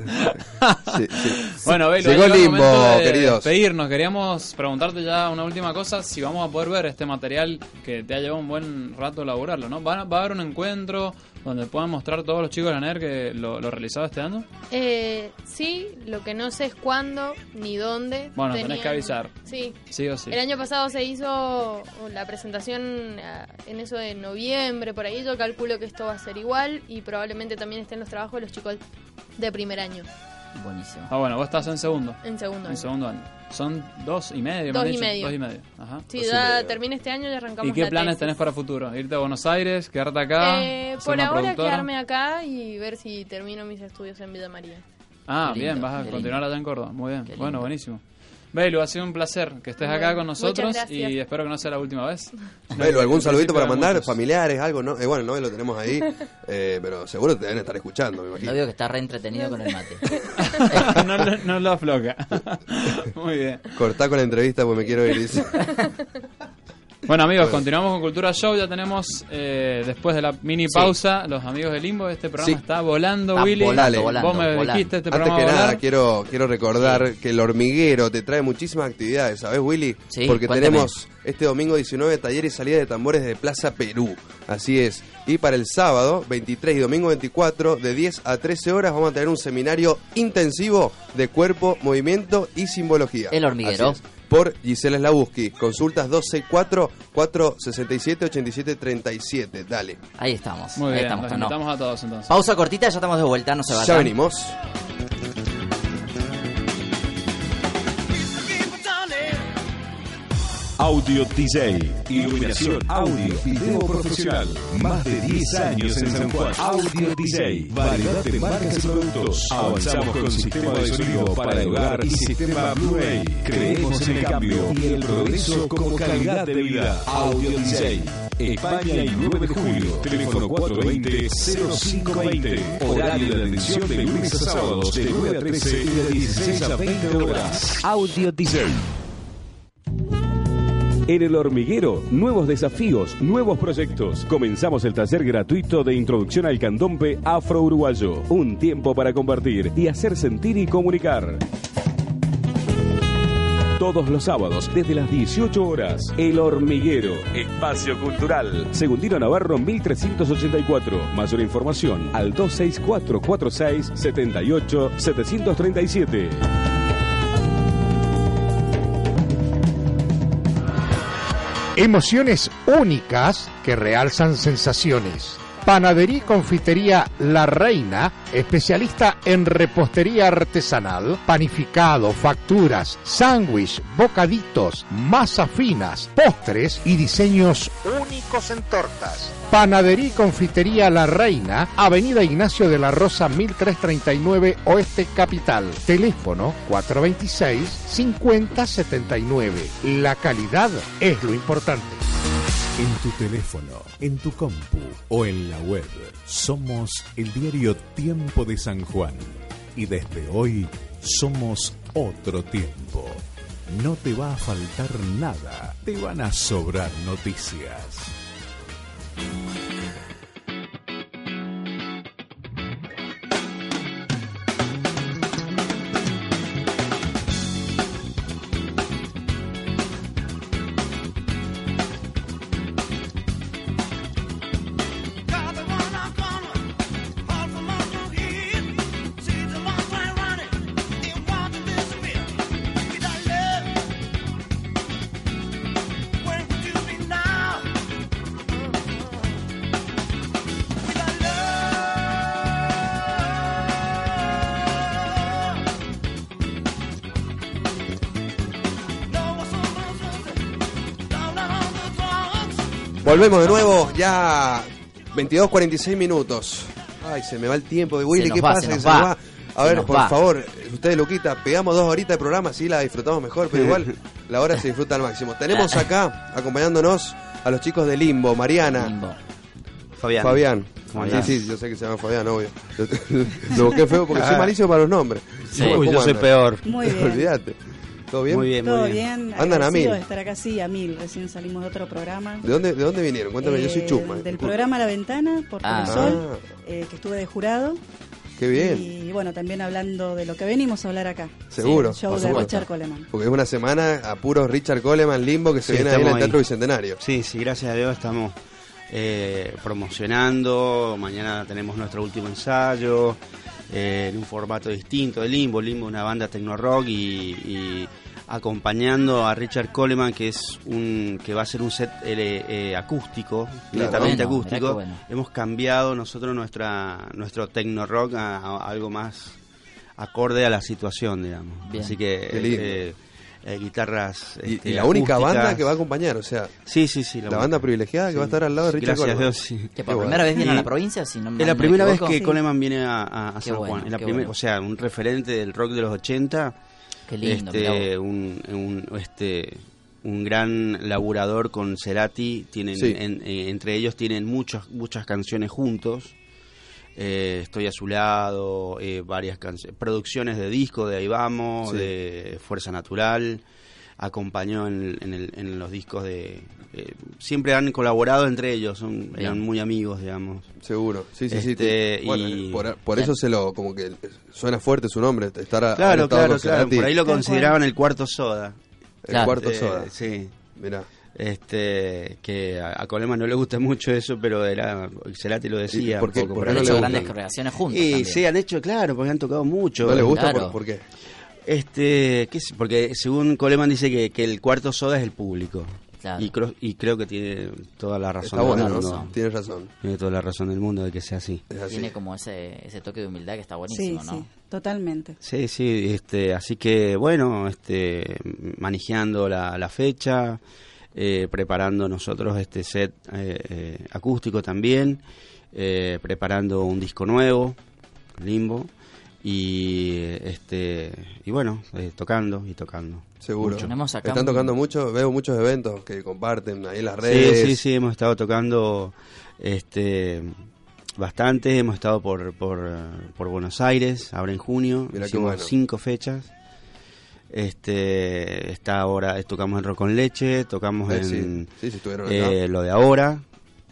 B: Tan.
I: Sí, sí.
B: [laughs] Bueno, Belu,
I: Llegó
B: el
I: Limbo,
B: momento de
I: queridos.
B: despedirnos. Queríamos preguntarte ya una última cosa, si vamos a poder ver este material que te ha llevado un buen rato elaborarlo, ¿no? ¿Va, va a haber un encuentro donde puedan mostrar todos los chicos de la NER que lo, lo realizado este año?
D: Eh, sí, lo que no sé es cuándo ni dónde.
B: Bueno, tenés que avisar.
D: Sí.
B: Sí o sí.
D: El año pasado se hizo la presentación ah, en eso de noviembre, por ahí yo calculo que esto va a ser igual y probablemente también estén los trabajos de los chicos de primer año,
A: Buenísimo.
B: Ah, bueno, vos estás en segundo.
D: en segundo
B: En
D: año.
B: segundo año. Son dos y medio, me
D: Dos
B: han
D: y
B: dicho.
D: medio.
B: Dos y medio. Ajá.
D: Sí, ya termina este año y arrancamos
B: ¿Y qué
D: la
B: planes
D: tesis.
B: tenés para futuro? ¿Irte a Buenos Aires? ¿Quedarte acá?
D: Eh,
B: ¿Ser
D: por
B: una
D: ahora
B: productora?
D: quedarme acá y ver si termino mis estudios en Villa María.
B: Ah,
A: Qué
B: bien,
A: lindo,
B: vas a
A: qué
B: continuar allá en Córdoba. Muy bien.
A: Qué
B: Bueno,
A: lindo.
B: buenísimo. Belu, ha sido un placer que estés
D: Bueno,
B: acá con
D: muchas
B: nosotros
D: gracias.
B: y espero que no sea la última vez. En
I: Belu, ¿algún saludito
B: principio
I: para
B: hay
I: mandar?
B: muchos.
I: Familiares, algo, ¿no? Eh, bueno, no lo tenemos ahí, eh, pero seguro te deben estar escuchando, me
A: Lo
I: imagino.
A: veo que está re entretenido con el
I: [laughs]
A: mate.
B: [laughs] no, lo- no lo afloca. [laughs] Muy bien.
I: Cortá con la entrevista porque me quiero ir. dice.
B: Bueno, amigos, continuamos con Cultura Show. Ya tenemos, eh, después de la mini pausa, los amigos de Limbo. Este programa
I: Sí.
B: está volando,
A: Está
B: Willy.
I: volando,
B: Vos
A: volando,
B: me
A: volando.
B: dijiste este
I: Antes
B: programa
I: que
B: va a
I: nada,
B: volar.
I: quiero, quiero recordar que el hormiguero te trae muchísimas actividades, ¿sabes, Willy?
A: Sí,
I: Porque
A: cuéntame.
I: tenemos este domingo 19 taller y salida de tambores de Plaza Perú. Así es. Y para el sábado 23 y domingo 24, de 10 a 13 horas, vamos a tener un seminario intensivo de cuerpo, movimiento y simbología.
A: El hormiguero.
I: Así es. Por Gisela Slabuski. Consultas 264-467-8737. Dale.
A: Ahí estamos.
B: Muy
A: ahí
B: bien,
A: estamos,
B: los
A: Tonó.
B: invitamos a todos entonces.
A: Pausa cortita, ya estamos de vuelta, no se vayan.
I: Ya venimos.
E: Audio DJ, iluminación, audio, video profesional. Más de 10 años en San Juan. Audio DJ, variedad de marcas y productos. Avanzamos con sistema de sonido para el hogar y sistema Blu-ray. Creemos en el cambio y el progreso como calidad de vida. Audio DJ, España y 9 de julio. Teléfono 420-0520. Horario de atención de lunes a sábados de 9 a 13 y de 16 a 20 horas. Audio DJ. En el hormiguero, nuevos desafíos, nuevos proyectos. Comenzamos el taller gratuito de introducción al candombe afro-uruguayo. Un tiempo para compartir y hacer sentir y comunicar. Todos los sábados, desde las 18 horas, El Hormiguero, Espacio Cultural. Segundino Navarro, 1384. Mayor información al 264-46-78-737.
F: Emociones únicas que realzan sensaciones. Panadería y confitería La Reina, especialista en repostería artesanal, panificado, facturas, sándwich, bocaditos, masas finas, postres y diseños únicos en tortas. Panadería y confitería La Reina, Avenida Ignacio de la Rosa 1339 Oeste Capital. Teléfono 426 5079. La calidad es lo importante.
K: En tu teléfono, en tu compu o en la web. Somos el diario Tiempo de San Juan. Y desde hoy somos otro tiempo. No te va a faltar nada. Te van a sobrar noticias.
I: Volvemos de nuevo, ya 22.46 minutos. Ay, se me va el tiempo de Willy,
A: nos
I: ¿qué
A: va,
I: pasa?
A: se
I: que
A: nos
I: se nos
A: va.
I: va? A
A: Se
I: ver,
A: nos
I: por
A: va.
I: favor, ustedes, Luquita, pegamos dos horitas de programa, así la disfrutamos mejor, pero igual la hora se disfruta al máximo. Tenemos acá, acompañándonos, a los chicos de Limbo, Mariana.
L: Fabián.
I: Fabián.
L: Fabián.
I: Sí, sí, yo sé que se llama Fabián,
L: [laughs]
I: obvio. Yo te- Lo busqué feo porque soy malísimo para los nombres.
L: Ah. Sí.
I: ¿Cómo-
L: Uy, yo
I: cómo
L: soy
I: andan?
L: peor.
M: Muy bien.
I: [laughs] Olvídate. ¿Todo bien?
L: Muy bien,
M: Todo bien,
I: Andan a mil.
M: agradecido de estar acá, sí, a mil. Recién salimos de otro programa.
I: ¿De dónde, ¿De dónde vinieron? Cuéntame, yo soy
M: Eh,
I: chusma.
M: Del
I: disculpa.
M: programa La Ventana, por
I: Ah.
M: Sol, eh, que estuve de jurado.
I: Qué bien.
M: Y bueno, también hablando de lo que venimos a hablar acá.
I: Seguro,
M: El show
I: por
M: de
I: supuesto.
M: Richard Coleman.
I: Porque es una semana a puros Richard Coleman Limbo que se
L: Sí,
I: viene ahí en el
L: estamos ahí.
I: Teatro Bicentenario.
L: Sí, sí, gracias a Dios estamos eh, promocionando. Mañana tenemos nuestro último ensayo eh, en un formato distinto de Limbo. Limbo es una banda tecno rock y, y acompañando a Richard Coleman, que es un que va a ser un set eh, eh, acústico, netamente
A: Bueno, mirá
L: acústico.
A: qué bueno.
L: Hemos cambiado nosotros nuestra nuestro tecno rock a, a algo más acorde a la situación, digamos.
I: Bien.
L: Así que
I: Qué lindo.
L: eh, eh, guitarras
I: Y,
L: este,
I: y la única
L: acústicas.
I: banda que va a acompañar, o sea.
L: Sí, sí, sí.
I: La, banda privilegiada que va a estar al lado de Richard
L: Gracias a
I: Coleman.
L: Dios, sí.
A: Que por Qué primera bueno. vez viene a la
L: Y
A: provincia, si no me-
L: Es la
A: no me
L: primera vez
A: equivoco.
L: que
A: Sí.
L: Coleman viene a, a- a
A: Qué
L: San
A: bueno,
L: Juan. Es la
A: qué
L: primer-
A: bueno.
L: O sea, un referente del rock de los 80.
A: Qué lindo, mirá
L: Este, un, un- este, un gran laburador con Cerati. Tienen,
I: Sí.
L: en- eh, entre ellos tienen muchas, muchas canciones juntos. Eh, Estoy a su lado, eh, varias canciones, producciones de disco de Ahí Vamos,
I: Sí.
L: de Fuerza Natural, acompañó en, en el- en los discos de... eh, siempre han colaborado entre ellos, son, eran
I: Bien.
L: muy amigos, digamos.
I: Seguro, sí, sí, sí.
L: Este,
I: que- bueno, eh,
L: y-
I: por, por eso se lo, como que suena fuerte su nombre, estar a- haber
L: Claro,
I: estado
L: claro,
I: con
L: claro,
I: Cerati.
L: por ahí lo consideraban el cuarto soda.
I: El cuarto
L: Eh,
I: soda.
L: sí.
I: Mirá.
L: Este, que a, a Coleman no le gusta mucho eso, pero era, Cerati lo decía.
I: ¿Y por qué-
L: un poco
I: por qué
L: por
I: no
L: ahí.
I: le gustan? Grandes
A: creaciones juntos
L: Y
A: también.
L: sí, han hecho, claro, porque han tocado mucho.
I: ¿No le gusta? Claro. ¿Por- por qué?
L: Este, qué sé, porque según Coleman dice que, que el cuarto soda es el público.
A: Claro.
L: Y, creo, y creo que tiene toda la razón
I: Está
L: del
I: bueno,
L: mundo.
I: ¿no? Tienes razón.
L: Tiene toda la razón del mundo de que sea así.
A: Tiene como ese, ese toque de humildad que está
M: Sí,
A: buenísimo, ¿no?
M: sí, totalmente.
L: Sí, sí, este, así que bueno, este, manejando la, la fecha, eh, preparando nosotros este set eh, eh, acústico también, eh, preparando un disco nuevo, Limbo, y este, y bueno, eh, tocando y tocando.
I: Seguro.
L: Mucho.
I: Están tocando mucho, veo muchos eventos que comparten ahí en las redes.
L: Sí, sí, sí, hemos estado tocando este bastante, hemos estado por, por, por Buenos Aires, ahora en junio,
I: Mirá qué
L: hicimos
I: bueno.
L: cinco fechas. Este, está ahora, tocamos en Rock con Leche, tocamos
I: Eh,
L: en
I: sí. Sí, sí, estuvieron acá.
L: eh, lo de ahora,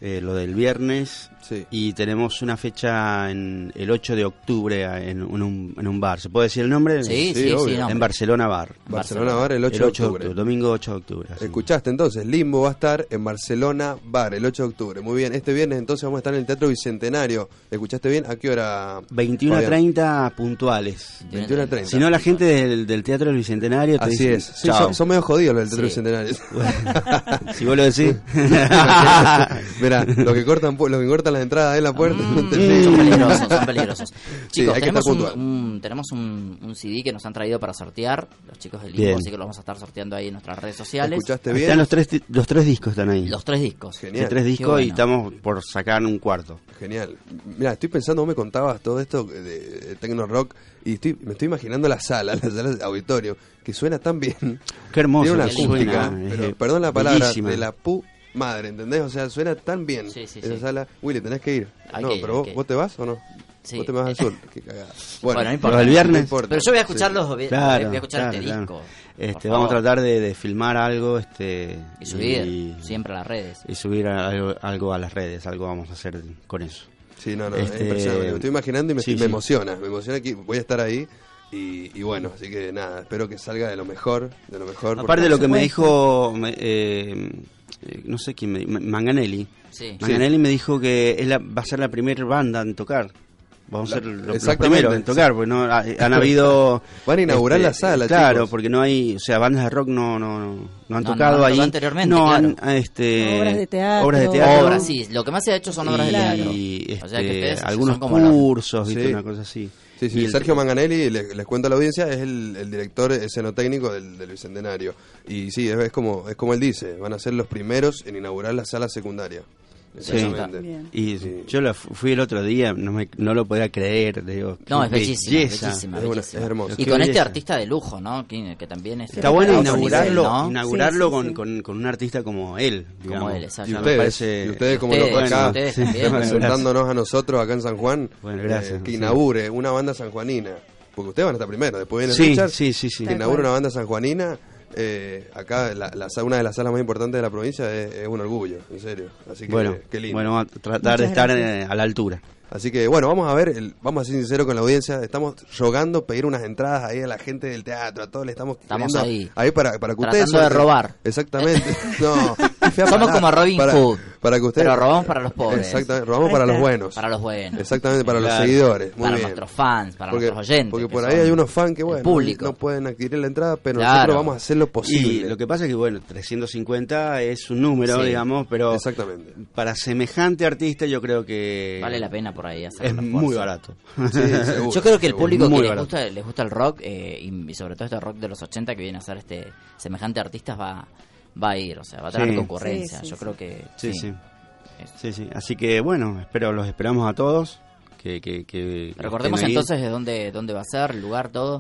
L: eh, lo del viernes, y tenemos una fecha en el 8 de octubre a- en un, en un bar. ¿Se puede decir el nombre?
I: Sí, Sí, sí, sí, obvio. nombre.
L: En Barcelona Bar.
I: Barcelona Bar, el 8 de octubre.
L: Domingo 8 de octubre. así.
I: Escuchaste entonces, Limbo va a estar en Barcelona Bar el 8 de octubre. Muy bien, este viernes entonces vamos a estar en el Teatro Bicentenario. ¿Escuchaste bien? ¿A qué hora?
L: 21 a 30 puntuales.
I: 21 a 30.
L: Si no, la gente del, del Teatro del Bicentenario te
I: Así
L: dice,
I: es. Sí,
L: "Chao".
I: son, son medio jodidos los del Teatro
L: Sí. [laughs]
I: Bicentenario.
L: Si vos lo decís.
I: [laughs] Mirá, lo que cortan, pu- lo que cortan las entradas ahí en la puerta.
A: Mm, son peligrosos, son peligrosos.
I: Sí,
A: Chicos,
I: hay que estar
A: tenemos, un,
I: puntual.
A: un- tenemos un, un CD que nos han traído para sortear, los chicos del
L: Bien.
A: Limbo, así que lo vamos a estar sorteando ahí en nuestras redes sociales.
L: Están los tres, ti- los tres discos están ahí.
A: Los tres discos.
L: Los tres discos
A: Qué bueno.
L: y estamos por sacar un cuarto.
I: Genial. Mira, estoy pensando, vos me contabas todo esto de, de techno rock y estoy, me estoy imaginando la sala, [laughs] la sala de auditorio, que suena tan bien.
L: Qué hermoso
I: Tiene una
L: que suena,
I: acústica,
L: eh,
I: pero, perdón la palabra,
L: bellísima.
I: de la puta madre, ¿entendés? O sea, suena tan bien esa
A: sí.
I: sala. Willy, tenés que ir.
A: Hay
I: no,
A: que ir,
I: pero
A: hay
I: vos,
A: que ir.
I: vos te vas o no?
A: Sí.
I: Vos
A: [laughs]
I: te vas al sur. Qué cagada.
A: Bueno, no importa.
L: Los del viernes.
I: importa.
A: Pero yo voy a escuchar los- voy a
L: Claro,
A: escuchar
L: claro,
A: este
L: claro.
A: disco,
L: Este,
A: por
L: vamos a
A: favor.
L: tratar de, de filmar algo este,
A: Y subir, siempre a las redes.
L: Y subir a- algo, algo a las redes, algo vamos a hacer con eso.
I: Sí, no, no, es impresionante. Me estoy imaginando y me,
L: Este, sí,
I: me
L: sí.
I: emociona. Me emociona que voy a estar ahí. Y, y bueno, así que nada, espero que salga de lo mejor. De lo mejor.
L: Aparte de lo
I: porque-
L: que me dijo, me- eh, eh, no sé quién me Ma- Manganelli.
I: Sí.
L: Manganelli me dijo que es la- va a ser la primera banda en tocar. Vamos a ser lo- los
I: exactamente.
L: primeros en tocar, porque
I: [laughs]
L: no, ha- han habido... este,
I: Van a inaugurar la sala,
L: Claro,
I: chicos.
L: porque no hay, o sea, bandas de rock no, no, no, no han
A: No, no
L: tocado
A: han
L: ahí.
A: tocado anteriormente,
L: no,
A: claro.
L: han, ah, este,
A: Obras de teatro.
L: Obras de teatro.
A: Obras, sí, lo que más se ha hecho son obras de teatro.
L: Y,
A: O sea
L: este,
A: que ustedes
L: algunos
A: son como la-
L: cursos, ¿viste?
I: Sí.
L: una cosa así.
I: Sí, sí,
L: Y el-
I: Sergio Manganelli, le- les cuento a la audiencia, es el, el director escenotécnico del, del Bicentenario. Y sí, es, es como es como él dice, van a ser los primeros en inaugurar la sala secundaria.
L: Sí.
I: Exactamente.
L: Y yo la fu- fui el otro día, no, me, no lo podía creer. le Digo,
A: No,
L: qué
A: es bellísima,
L: belleza.
A: bellísima,
L: Qué
A: bellísima.
L: hermoso,
A: Y
L: qué
A: con este
L: belleza.
A: artista de lujo, ¿no? Que, que también es...
L: Está bueno
A: otro nivel,
L: inaugurarlo,
A: ¿no?
L: inaugurarlo con, Con, con un artista como él. digamos.
A: él, exacto.
I: Y
L: Me
I: ustedes,
L: parece-
I: y ustedes como los
L: Bueno,
I: acá, [laughs]
L: ustedes
I: sí,
L: también.
I: representándonos a nosotros acá en San Juan,
L: Bueno, gracias,
I: eh, que
L: sí.
I: inaugure una banda sanjuanina. Porque ustedes van a estar primero, después vienen
L: Sí,
I: Richard,
L: sí, sí, sí.
I: que
L: Tal
I: inaugure
L: cual.
I: una banda sanjuanina. eh, acá la, la sa- una de las salas más importantes de la provincia es, es un orgullo, en serio. Así que,
L: Bueno,
I: qué lindo.
L: bueno, vamos a tratar de Muchas estar, gracias. eh, a la altura.
I: Así que bueno, vamos a ver, el- vamos a ser sinceros con la audiencia, estamos rogando pedir unas entradas ahí a la gente del teatro, a todos le estamos
A: Estamos
I: pidiendo
A: ahí.
I: para, para que ustedes...
A: Tratando de
I: suelten.
A: robar. [laughs]
I: Exactamente. No, qué fea
A: Somos
I: palabra.
A: como Robin
I: Para-
A: Hood,
I: Para que ustedes...
A: pero robamos para los pobres.
I: Exactamente, robamos para los buenos.
A: Para los buenos.
I: Exactamente, para los
A: Claro.
I: seguidores. Muy
A: para
I: bien.
A: nuestros fans, para
I: Porque-
A: nuestros oyentes.
I: Porque
A: que
I: por ahí
A: son
I: hay unos fans que,
A: el
I: bueno,
A: público.
I: no pueden adquirir la entrada, pero
A: Claro.
I: nosotros vamos a hacer lo posible.
L: Y lo que pasa es que, bueno, 350 es un número,
I: Sí.
L: digamos, pero
I: Exactamente.
L: para semejante artista yo creo que...
A: Vale la pena por ahí hacer
L: Es
A: un
L: muy
A: esfuerzo. [laughs]
I: [laughs]
L: barato. [laughs]
A: Yo creo que el público
L: Muy
A: que les
L: barato.
A: gusta, les gusta el rock, eh, y, y sobre todo este rock de los 80 que viene a ser este semejante artistas, va, va a ir, o sea, va a tener
L: Sí.
A: concurrencia.
L: Sí, sí,
A: Yo creo que.
L: Sí, sí. Sí, sí. Así que bueno, espero, los esperamos a todos. Que, que, que
A: Recordemos
L: estén ahí.
A: entonces de dónde, dónde va a ser, el lugar, todo.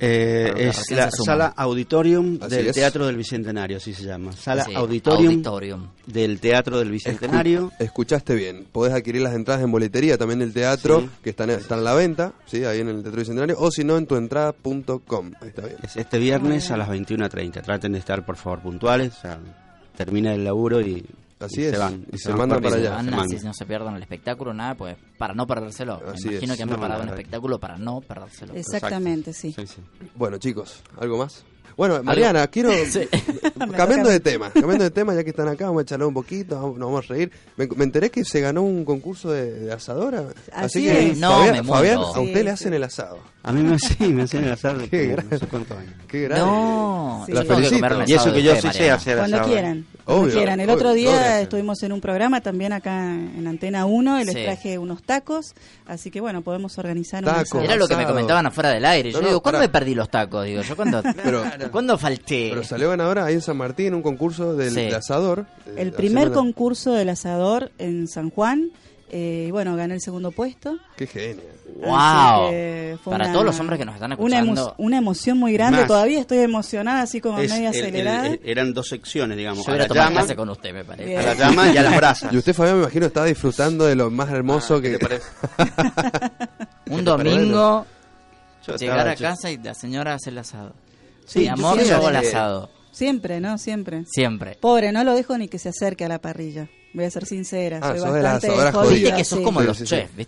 A: para
L: Eh,
A: los que
L: es
A: recién
L: la
A: se suman.
L: sala Auditorium
A: Así
L: del
A: es.
L: Teatro del Bicentenario, así se llama. Sala
A: Sí,
L: auditorium,
A: Auditorium.
L: del Teatro del Bicentenario.
I: Escu- Escuchaste bien. Podés adquirir las entradas en boletería también del teatro,
L: Sí.
I: que están, están a la venta, ¿sí? ahí en el Teatro Bicentenario, o si no, en tuentrada.com. Ahí está bien.
L: Es este viernes a las 21.30. Traten de estar, por favor, puntuales. o sea, termina el laburo y,
I: Así
L: y
I: es,
L: se van.
I: y se mandan
L: corriendo,
I: para allá.
L: se
A: Van,
L: mandan.
A: así no se pierdan el espectáculo, nada, pues para no perdérselo. Me
I: Así
A: imagino
I: es.
A: que han
I: No,
A: preparado un
I: la verdad que-
A: espectáculo para no perdérselo.
M: Exactamente, sí.
I: Bueno, chicos, ¿algo más? Bueno, Mariana, quiero...
A: [laughs] Sí.
I: [laughs] Cambiando de tema, cambiando de tema, ya que están acá, vamos a charlar un poquito, vamos- nos vamos a reír. Me, me enteré que se ganó un concurso de, de asadora. Así,
L: Así
I: que,
L: es. No,
I: Fabián,
L: me muero.
I: Fabián, a
L: Sí,
I: usted le
L: sí.
I: hacen el asado.
L: A mí me, sí, me hacen
I: [laughs]
L: el azar de
I: Qué
L: como
I: gran-
L: no sé cuántos años.
I: Qué grande.
L: [laughs]
M: No.
I: la
M: Sí.
I: felicito.
L: Y eso que yo sí sé hacer
M: Cuando
L: asado.
M: quieran. cuando
I: Obvio,
M: quieran. El
I: obvio,
M: otro
I: no,
M: día
I: gracias.
M: estuvimos en un programa también acá en Antena 1 y les
A: Sí.
M: traje unos tacos. Así que bueno, podemos organizar un asado.
A: Era lo que me
I: asado.
A: comentaban afuera del aire. Yo
I: No, no,
A: digo, ¿cuándo
I: pará.
A: me perdí los tacos? Digo, yo [laughs] cuando.
I: [laughs] Pero-
A: ¿Cuándo falté?
I: Pero salió ganadora ahí en San Martín, un concurso del
A: Sí.
I: de asador. eh,
M: El primer
I: haciendo la-
M: concurso del asador en San Juan. eh, y bueno, gané el segundo puesto.
I: Qué genio.
A: ¡Wow!
M: Así que fue
A: Para
M: una-
A: todos los hombres que nos están
M: Una, emo-
A: escuchando.
M: una emoción muy grande.
L: Más.
M: Todavía estoy emocionada, así como
L: Es
M: media
L: el- el-
M: acelerada.
L: el- eran dos secciones, digamos.
A: Yo
L: a
A: hubiera
L: la
A: tomado
L: llama,
A: clase con usted, me parece.
L: a la llama y a las brasas. Ah,
I: Y usted, Fabián, me imagino, está disfrutando de lo más hermoso que.
A: Un
I: Pero bueno,
A: domingo,
I: yo
A: llegar
I: estaba
A: a
I: hecho-
A: casa y la señora hace el asado.
M: Sí,
A: Mi amor,
M: sí, eh,
A: yo hago el
M: sí.
A: asado.
M: Siempre, ¿no? Siempre.
A: Siempre.
M: Pobre, no lo dejo ni que se acerque a la parrilla. Voy a ser sincera.
I: Ah,
M: soy
I: sos de la
M: bastante
I: asadora
M: jodida,
I: jodida.
M: sí.
I: Sí, sí, sí.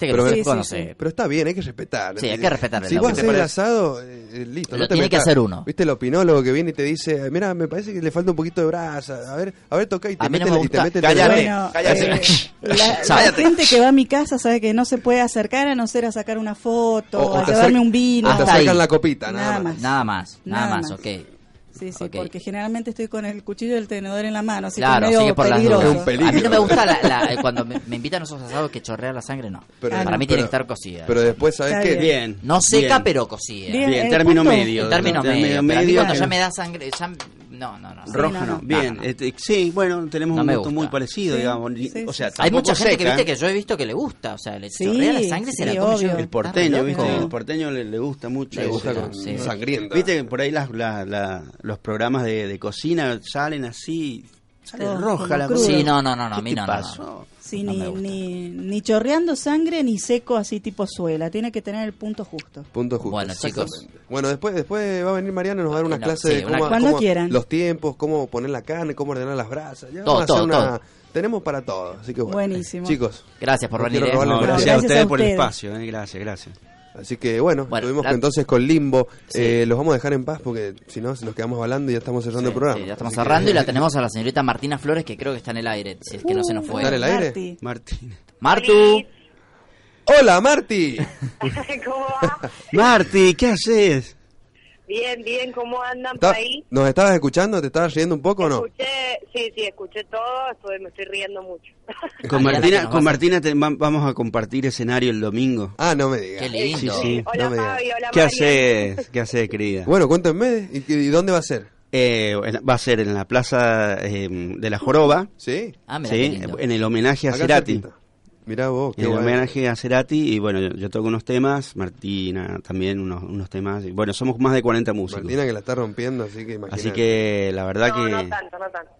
I: Pero-
M: Sí, sí, sí.
I: Pero está bien, hay que respetar.
A: Sí, hay que respetar el
I: Si vos
A: laburo.
I: haces el asado, eh, eh, listo.
A: Lo
I: no te
A: tiene que
I: metas.
A: hacer uno.
I: Viste el opinólogo que viene y te dice, mira, me parece que le falta un poquito de brasa. A ver, a ver, toca y te
A: A mí no
I: mete
A: me
I: el- y te
A: gusta.
I: mete el
A: Cállate,
I: tenedor.
A: cállate.
I: Así.
A: [laughs]
M: La, la
I: [laughs] Cállate.
M: gente que va a mi casa sabe que no se puede acercar a no ser a sacar una foto,
I: O- o
M: a
I: te
M: llevarme
I: acer-
M: un vino.
I: o te
M: Hasta
I: acercan
M: ahí.
I: la copita, nada
M: Nada
I: más.
M: más.
A: Nada más, nada,
M: Nada
A: más,
M: más.
A: ok.
M: Sí, sí,
A: Ok.
M: porque generalmente estoy con el cuchillo del tenedor en la mano, así
A: Claro,
M: que es
A: así
M: medio
A: que por las
M: peligroso.
A: dudas. A mí no me gusta la- la- eh, cuando me, me invitan a esos asados que chorrea la sangre, no.
I: Pero-
A: Para
I: Ah, no.
A: mí tiene que
I: pero-
A: estar cocida.
I: Pero después, ¿sabes
M: Está
I: qué?
M: bien.
A: No seca,
L: Bien.
A: pero cocida.
L: Bien, Bien, el término punto- medio.
A: En término
L: Término
A: medio. Pero a mí
L: medio,
A: cuando
L: eh.
A: ya me da sangre, ya... No, no, no.
L: Roja no. Bien, este, sí, bueno, tenemos
A: No
L: un
A: me
L: gusto
A: gusta.
L: muy parecido,
A: Sí,
L: digamos.
A: sí,
L: o sea,
A: Hay
L: tampoco
A: mucha gente que
L: seca.
A: viste que yo he visto que le gusta, o sea, le
M: Sí,
A: chorrea la sangre y se
M: sí,
A: la come.
M: obvio.
L: El porteño,
M: Está re
L: ¿viste?
M: loco.
L: El porteño le, le gusta mucho.
I: Le
L: eso,
I: gusta
L: ¿no?
I: con- sangrienta.
L: Viste que por ahí las, la- la- los programas de, de cocina salen así,
A: Sale
M: Todo
A: roja
M: como
A: la
M: crudo.
A: Sí, no, no, no, no, a
L: ¿Qué
A: mí
L: te
A: no, no, no.
L: pasó?
M: Sí,
A: No
M: ni,
A: me gusta.
M: ni, ni chorreando sangre ni seco así tipo suela. Tiene que tener el punto justo.
I: Punto justo.
A: Bueno, chicos.
I: Exactamente. Bueno, después, después va a venir Mariano y nos va a dar unas
A: Una-
I: clases
A: sí,
I: de
A: una-
I: cómo,
M: Cuando
I: cómo-
M: quieran.
I: los tiempos, cómo poner la carne, cómo ordenar las brasas. Ya
A: Todo,
I: vamos a hacer
A: todo,
I: una-
A: todo.
I: Tenemos para todo. Así que bueno.
M: Buenísimo.
I: Chicos.
A: Gracias por
I: no
A: venir,
I: quiero
A: eh.
I: robarle
L: No,
I: el
L: gracias,
M: gracias
L: a ustedes
M: a
L: por el
M: ustedes.
L: espacio, eh, gracias, gracias.
I: Así que bueno,
A: Bueno,
I: estuvimos
A: la-
I: entonces con Limbo.
A: Sí.
I: Eh, los vamos a dejar en paz porque si no nos quedamos hablando y ya estamos cerrando el programa.
A: Sí, ya estamos
I: Así que-
A: cerrando y
I: [laughs]
A: la
L: [laughs]
A: tenemos a la señorita Martina Flores que creo que está en el aire, si es que no se nos fue.
I: ¿Está en el aire?
M: Marti.
L: Martín.
A: Martu,
I: Hola, Marti.
N: [laughs] ¿Cómo va?
L: Marti, ¿qué haces?
N: Bien, bien, ¿cómo andan
I: ¿Está-
N: por ahí?
I: ¿Nos estabas escuchando? ¿Te estabas riendo un poco o no?
N: Escuché, sí, sí, escuché todo, estuve- me estoy riendo mucho. [laughs]
L: Con
A: Mariana, que
L: Martina,
A: nos
L: con
A: vas a-
L: Martina te- va- vamos a compartir escenario el domingo.
I: Ah, no me digas.
A: qué lindo.
L: Sí, sí.
N: hola,
I: no me digas.
N: Fabi, hola,
L: ¿Qué
N: Mariana.
L: haces? ¿Qué haces, querida?
I: Bueno, cuéntame. ¿Y, y dónde va a ser?
L: Eh, en- va a ser en la plaza eh, de la Joroba,
I: ¿Sí?
A: Ah, mira, qué
L: ¿sí?
A: lindo.
L: en el homenaje a Cerati.
I: cerquita. Mirá vos, qué
L: En el
I: bueno.
L: homenaje a Cerati, y bueno, yo, yo toco unos temas, Martina también unos, unos temas. y bueno, somos más de 40 músicos.
I: Martina que la está rompiendo, así que imagínate.
L: Así que la verdad
N: No,
L: que.
N: no tanto, no tanto.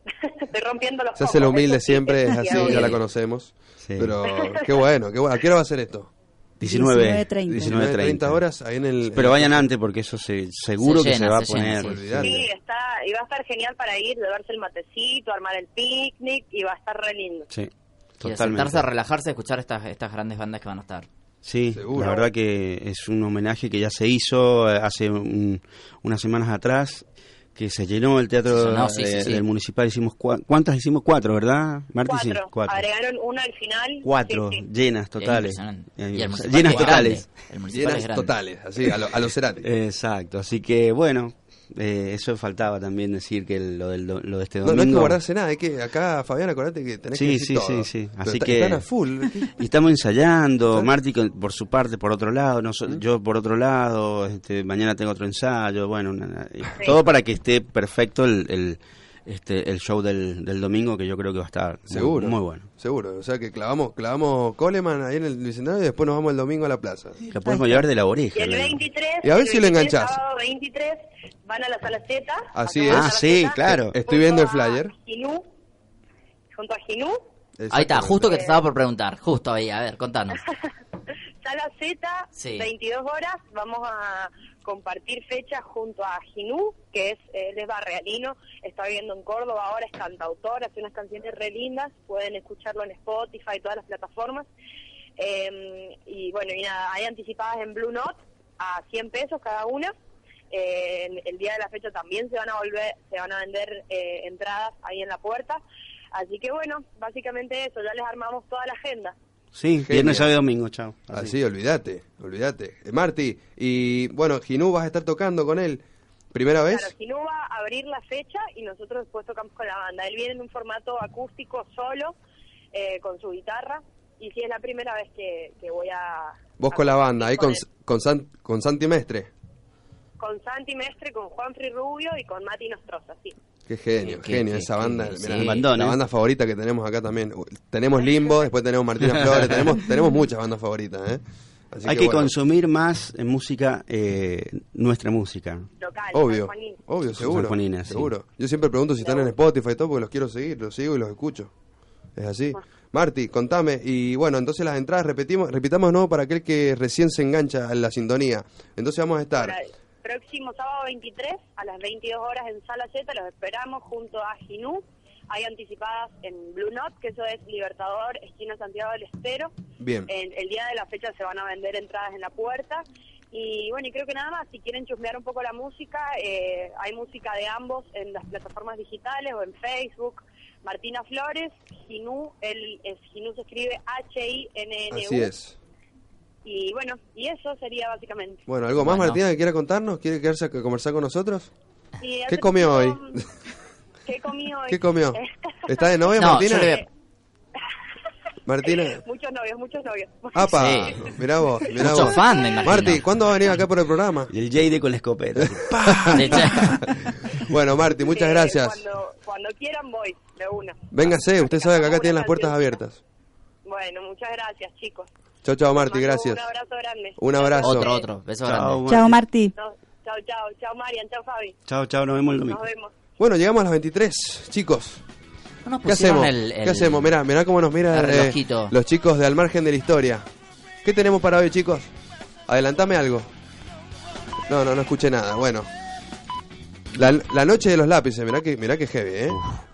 N: estoy rompiendo los
I: Se hace lo
N: cocos,
I: humilde
N: eso sí,
I: siempre, es
N: eso sí,
I: así,
N: ahora.
I: ya la conocemos.
L: Sí.
I: Pero qué bueno, qué bueno. ¿A qué hora va a ser esto?
L: 19,
M: 19:30.
L: 19:30.
I: horas ahí en el...
L: Pero vayan antes porque eso se, seguro
A: Se
L: que se
A: llena,
L: va
A: se
L: a
A: llena,
L: poner.
I: sí. Olvidate.
N: Sí, está, y va a estar genial para ir, beberse el matecito, armar el picnic y va a estar re lindo.
L: Sí,
A: Y de sentarse
L: totalmente.
A: a relajarse, a escuchar estas, estas grandes bandas que van a estar.
L: Sí,
I: Seguro.
L: la verdad que es un homenaje que ya se hizo eh, hace un- unas semanas atrás, que se llenó el teatro
A: Se llenó, sí,
L: eh,
A: sí, sí.
L: del municipal. Hicimos cua- ¿Cuántas hicimos? Cuatro, ¿verdad? Martín, sí,
N: Cuatro. Agregaron una al final.
L: Cuatro,
N: Sí, sí.
L: llenas totales.
A: Es impresionante.
L: Eh,
A: Y el municipal
L: llenas
A: es
L: totales.
A: grande. El municipal es
I: Llenas
A: grande.
I: totales, así, a, lo, a los Cerati.
L: Exacto, así que bueno, eh, eso faltaba también decir que lo, del do- lo de este
I: No,
L: domingo.
I: no hay que guardarse nada, hay que acá, Fabián, acordate que tenés que
L: Sí,
I: decir
L: sí,
I: todo.
L: sí, sí.
I: Pero
L: Así
I: está-
L: que-
I: Están a
L: [laughs]
I: full. ¿qué?
L: Y estamos ensayando,
I: Claro.
L: Marti con- por su parte, por otro lado, noso- yo por otro lado, este, mañana tengo otro ensayo, bueno, una- una- y todo para que esté perfecto el, el, este, el show del, del domingo, que yo creo que va a estar muy-
I: Seguro.
L: muy, bueno.
I: Seguro, o sea que clavamos, clavamos Coleman ahí en el Bicentenario y después nos vamos el domingo a la plaza.
L: La podemos llevar de la
N: Y
L: oreja.
N: el
L: la-
N: 23.
I: Y a ver
N: el
I: si lo
N: 23,
I: enganchás.
N: sábado 23 van a la sala Z.
I: Así
N: acá
I: es.
N: van a la
L: Ah,
N: sala
L: sí,
N: Z,
L: claro.
N: junto
I: Estoy viendo el
N: a
I: flyer.
N: Ginú, junto a Ginú,
A: Ahí está, justo que te estaba por preguntar. Justo ahí, a ver,
I: [laughs]
A: contanos.
N: sala Z,
A: Sí.
N: 22 horas. Vamos a compartir fecha junto a Ginú, que es, él es barrealino, está viviendo en Córdoba, ahora es cantautor, hace unas canciones re lindas, pueden escucharlo en Spotify, todas las plataformas. Eh, y bueno, y nada, hay anticipadas en Blue Note a 100 pesos cada una. Eh, en- el día de la fecha también se van a volver, se van a vender eh, entradas ahí en la puerta. Así que bueno, básicamente eso, ya les armamos toda la agenda.
L: Sí, viernes,
I: Genial.
L: sábado y domingo, chao.
I: Así, olvídate, olvídate. Eh, Marti, y bueno, Ginú vas a estar tocando con él. ¿Primera vez?
N: Claro, si no va a abrir la fecha y nosotros después tocamos con la banda. Él viene en un formato acústico solo, eh, con su guitarra. Y si es la primera vez que, que voy a...
I: Vos
N: a
I: con la banda, ahí con,
N: compartir
I: con, San- con Santi Mestre.
N: él. Con Santi Mestre, con Juanfri Rubio y con Mati Nostroza, sí.
I: Qué genio,
A: Qué-
I: genio,
A: qué-
I: esa
A: qué-
I: banda,
A: sí.
I: mirá,
L: Bandón,
I: la
L: ¿eh?
I: banda favorita que tenemos acá también. Uh, Tenemos Limbo, después tenemos Martina
L: [laughs]
I: Flores, tenemos, tenemos muchas bandas favoritas, ¿eh? Así
L: Hay que
I: bueno,
L: consumir más eh, música, eh, nuestra música.
N: Local,
I: Obvio,
N: sanjuanín.
I: obvio, seguro,
L: Sanjuanina, sí.
I: seguro. Yo siempre pregunto si están en Spotify y todo porque los quiero seguir, los sigo y los escucho. Es así. Marti, contame, y bueno, entonces las entradas repetimos, repitamos no para aquel que recién se engancha a la sintonía. Entonces vamos a estar
N: Para el próximo sábado 23 a las 22 horas en Sala Z, los esperamos junto a Ginú. Hay anticipadas en Blue Note, que eso es Libertador, esquina Santiago del Estero.
I: Bien.
N: En- el día de la fecha se van a vender entradas en la puerta. Y bueno, y creo que nada más, si quieren chusmear un poco la música, eh, hay música de ambos en las plataformas digitales o en Facebook. Martina Flores, Ginú, él es, Ginú se escribe H-I-N-N-U.
I: Así es.
N: Y bueno, y eso sería básicamente.
I: Bueno, ¿algo más,
A: Bueno.
I: Martina, que quiera contarnos? ¿Quiere quedarse a conversar con nosotros?
N: Sí,
I: ¿Qué
N: hace
I: comió
N: poco-
I: hoy?
N: ¿Qué comió hoy?
I: ¿Qué comió? ¿Está de novia,
A: No,
I: Martina?
A: yo le-
I: Martina.
N: [laughs] muchos novios, muchos novios.
I: ¡Apa!
A: Sí.
I: Mirá vos, mirá
A: Mucho
I: vos.
A: fan, me imagino.
I: Marti, ¿cuándo va a venir acá por el programa?
L: Y el Jade con la
I: [laughs]
L: escopeta.
A: Sí, che.
I: Bueno, Marti, muchas
N: Eh,
I: gracias.
N: Cuando, cuando quieran voy, de una.
I: Véngase, usted sabe que acá
N: Una
I: tienen las puertas
N: canción.
I: abiertas.
N: Bueno, muchas gracias, chicos.
I: Chao, chao,
N: Les
I: Marti,
N: mando
I: gracias.
N: Un abrazo grande.
I: Un abrazo.
A: Otro, otro. Beso grande.
L: Chao,
M: Chao, Marti.
N: No, Chao, chao, chao Marian, chao Fabi.
L: chao, chao, nos vemos el domingo.
N: Nos vemos.
I: Bueno, llegamos a las 23, chicos.
A: nos
I: ¿Qué
A: pusieron
I: hacemos?
A: el- el-
I: ¿Qué hacemos? Mirá, mirá cómo nos miran
A: el
I: eh,
A: relojito.
I: los chicos de Al Margen de la Historia. ¿Qué tenemos para hoy, chicos? Adelantame algo. No, no, no escuché nada. Bueno. La, la noche de los lápices, mirá que, mirá que heavy, ¿eh?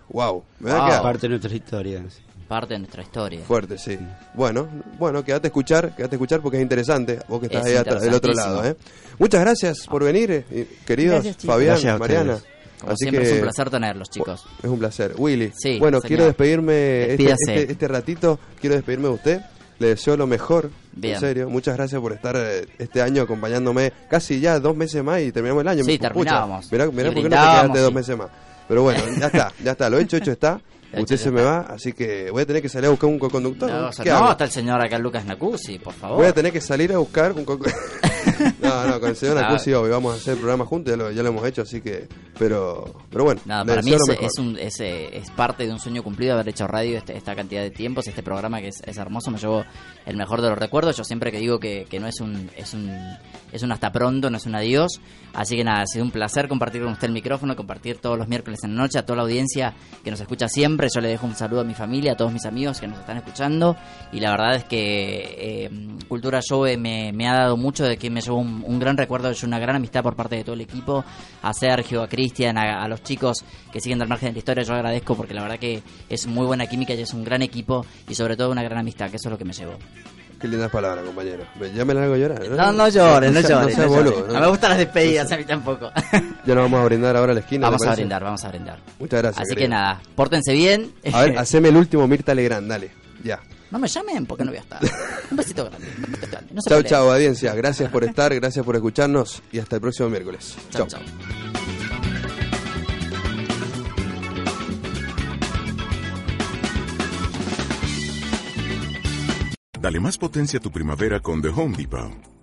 I: Wow. Mirá
L: Ah,
I: que-
L: parte de nuestras historias.
A: Parte de nuestra historia.
I: Fuerte, sí. Bueno, bueno, quédate a escuchar, quédate a escuchar porque es interesante. Vos que estás
A: Es
I: ahí atrás, del otro
A: interesantísimo.
I: lado, ¿eh? Muchas gracias por venir, eh, y- queridos
A: Gracias, chicos.
I: Fabián,
A: Gracias a ustedes.
I: Mariana.
A: Como siempre, es un placer tenerlos, chicos.
I: Es un placer. Willy,
A: Sí,
I: bueno,
A: señor.
I: quiero despedirme este,
A: Despídase.
I: este- este ratito, quiero despedirme de usted. Le deseo lo mejor,
A: Bien.
I: en serio. Muchas gracias por estar eh, este año acompañándome casi ya dos meses más y terminamos el año.
A: Sí,
I: Pucha,
A: terminábamos.
I: Mirá,
A: Y
I: mirá por qué no te
A: brindábamos,
I: quedaste dos
A: sí.
I: meses más. Pero bueno, ya está, ya está. Lo hecho, hecho
A: [laughs]
I: está. Usted se me va, así que voy a tener que salir a buscar un coconductor.
A: No, o
I: ¿Qué
A: sea, no,
I: hago?
A: está el señor acá, Lucas Nacuzzi, por favor.
I: Voy a tener que salir a buscar un coco. [laughs] no, no, con
A: [laughs]
I: el señor
A: Nada.
I: Acusi, obvio, vamos a hacer el programa juntos, ya lo, ya lo hemos hecho, así que. Pero, pero bueno,
A: Nada,
I: le
A: para mí
I: deseo
A: es,
I: lo mejor.
A: es un- es, eh, es parte de un sueño cumplido haber hecho radio este- esta cantidad de tiempos. Este programa que es, es hermoso me llevó el mejor de los recuerdos. Yo siempre que digo que, que no es un, es un es un hasta pronto, no es un adiós. Así que nada, ha sido un placer compartir con usted el micrófono, compartir todos los miércoles en la noche a toda la audiencia que nos escucha siempre. Yo le dejo un saludo a mi familia, a todos mis amigos que nos están escuchando. Y la verdad es que eh, Cultura Show eh, me, me ha dado mucho de que me llevó un, un gran recuerdo, es una gran amistad por parte de todo el equipo, a Sergio, a Cristian, a, a los chicos que siguen del margen de la historia, yo agradezco porque la verdad que es muy buena química y es un gran equipo y sobre todo una gran amistad, que eso es lo que me llevó.
I: Qué lindas palabras, compañero. Ve, Ya me la hago llorar. ¿eh?
A: No, no llores, no
I: seas-
A: llores,
I: seas
A: no llores.
I: boludo,
A: No me gustan las despedidas, a mí tampoco.
I: Ya nos vamos a brindar ahora a la esquina.
A: Vamos
I: ¿te
A: a
I: parece?
A: brindar, vamos a brindar.
I: Muchas gracias.
A: Así que
I: querido.
A: nada, pórtense bien.
I: A
A: [laughs]
I: ver, haceme el último Mirta Legrand, dale. Ya.
A: No me llamen porque no voy a estar. Un besito grande. un besito grande. No se
I: chau,
A: peleen.
I: chau, audiencia. Gracias por estar, gracias por escucharnos y hasta el próximo miércoles.
A: Chau,
I: chau.
O: Dale más potencia a tu primavera con The Home Depot.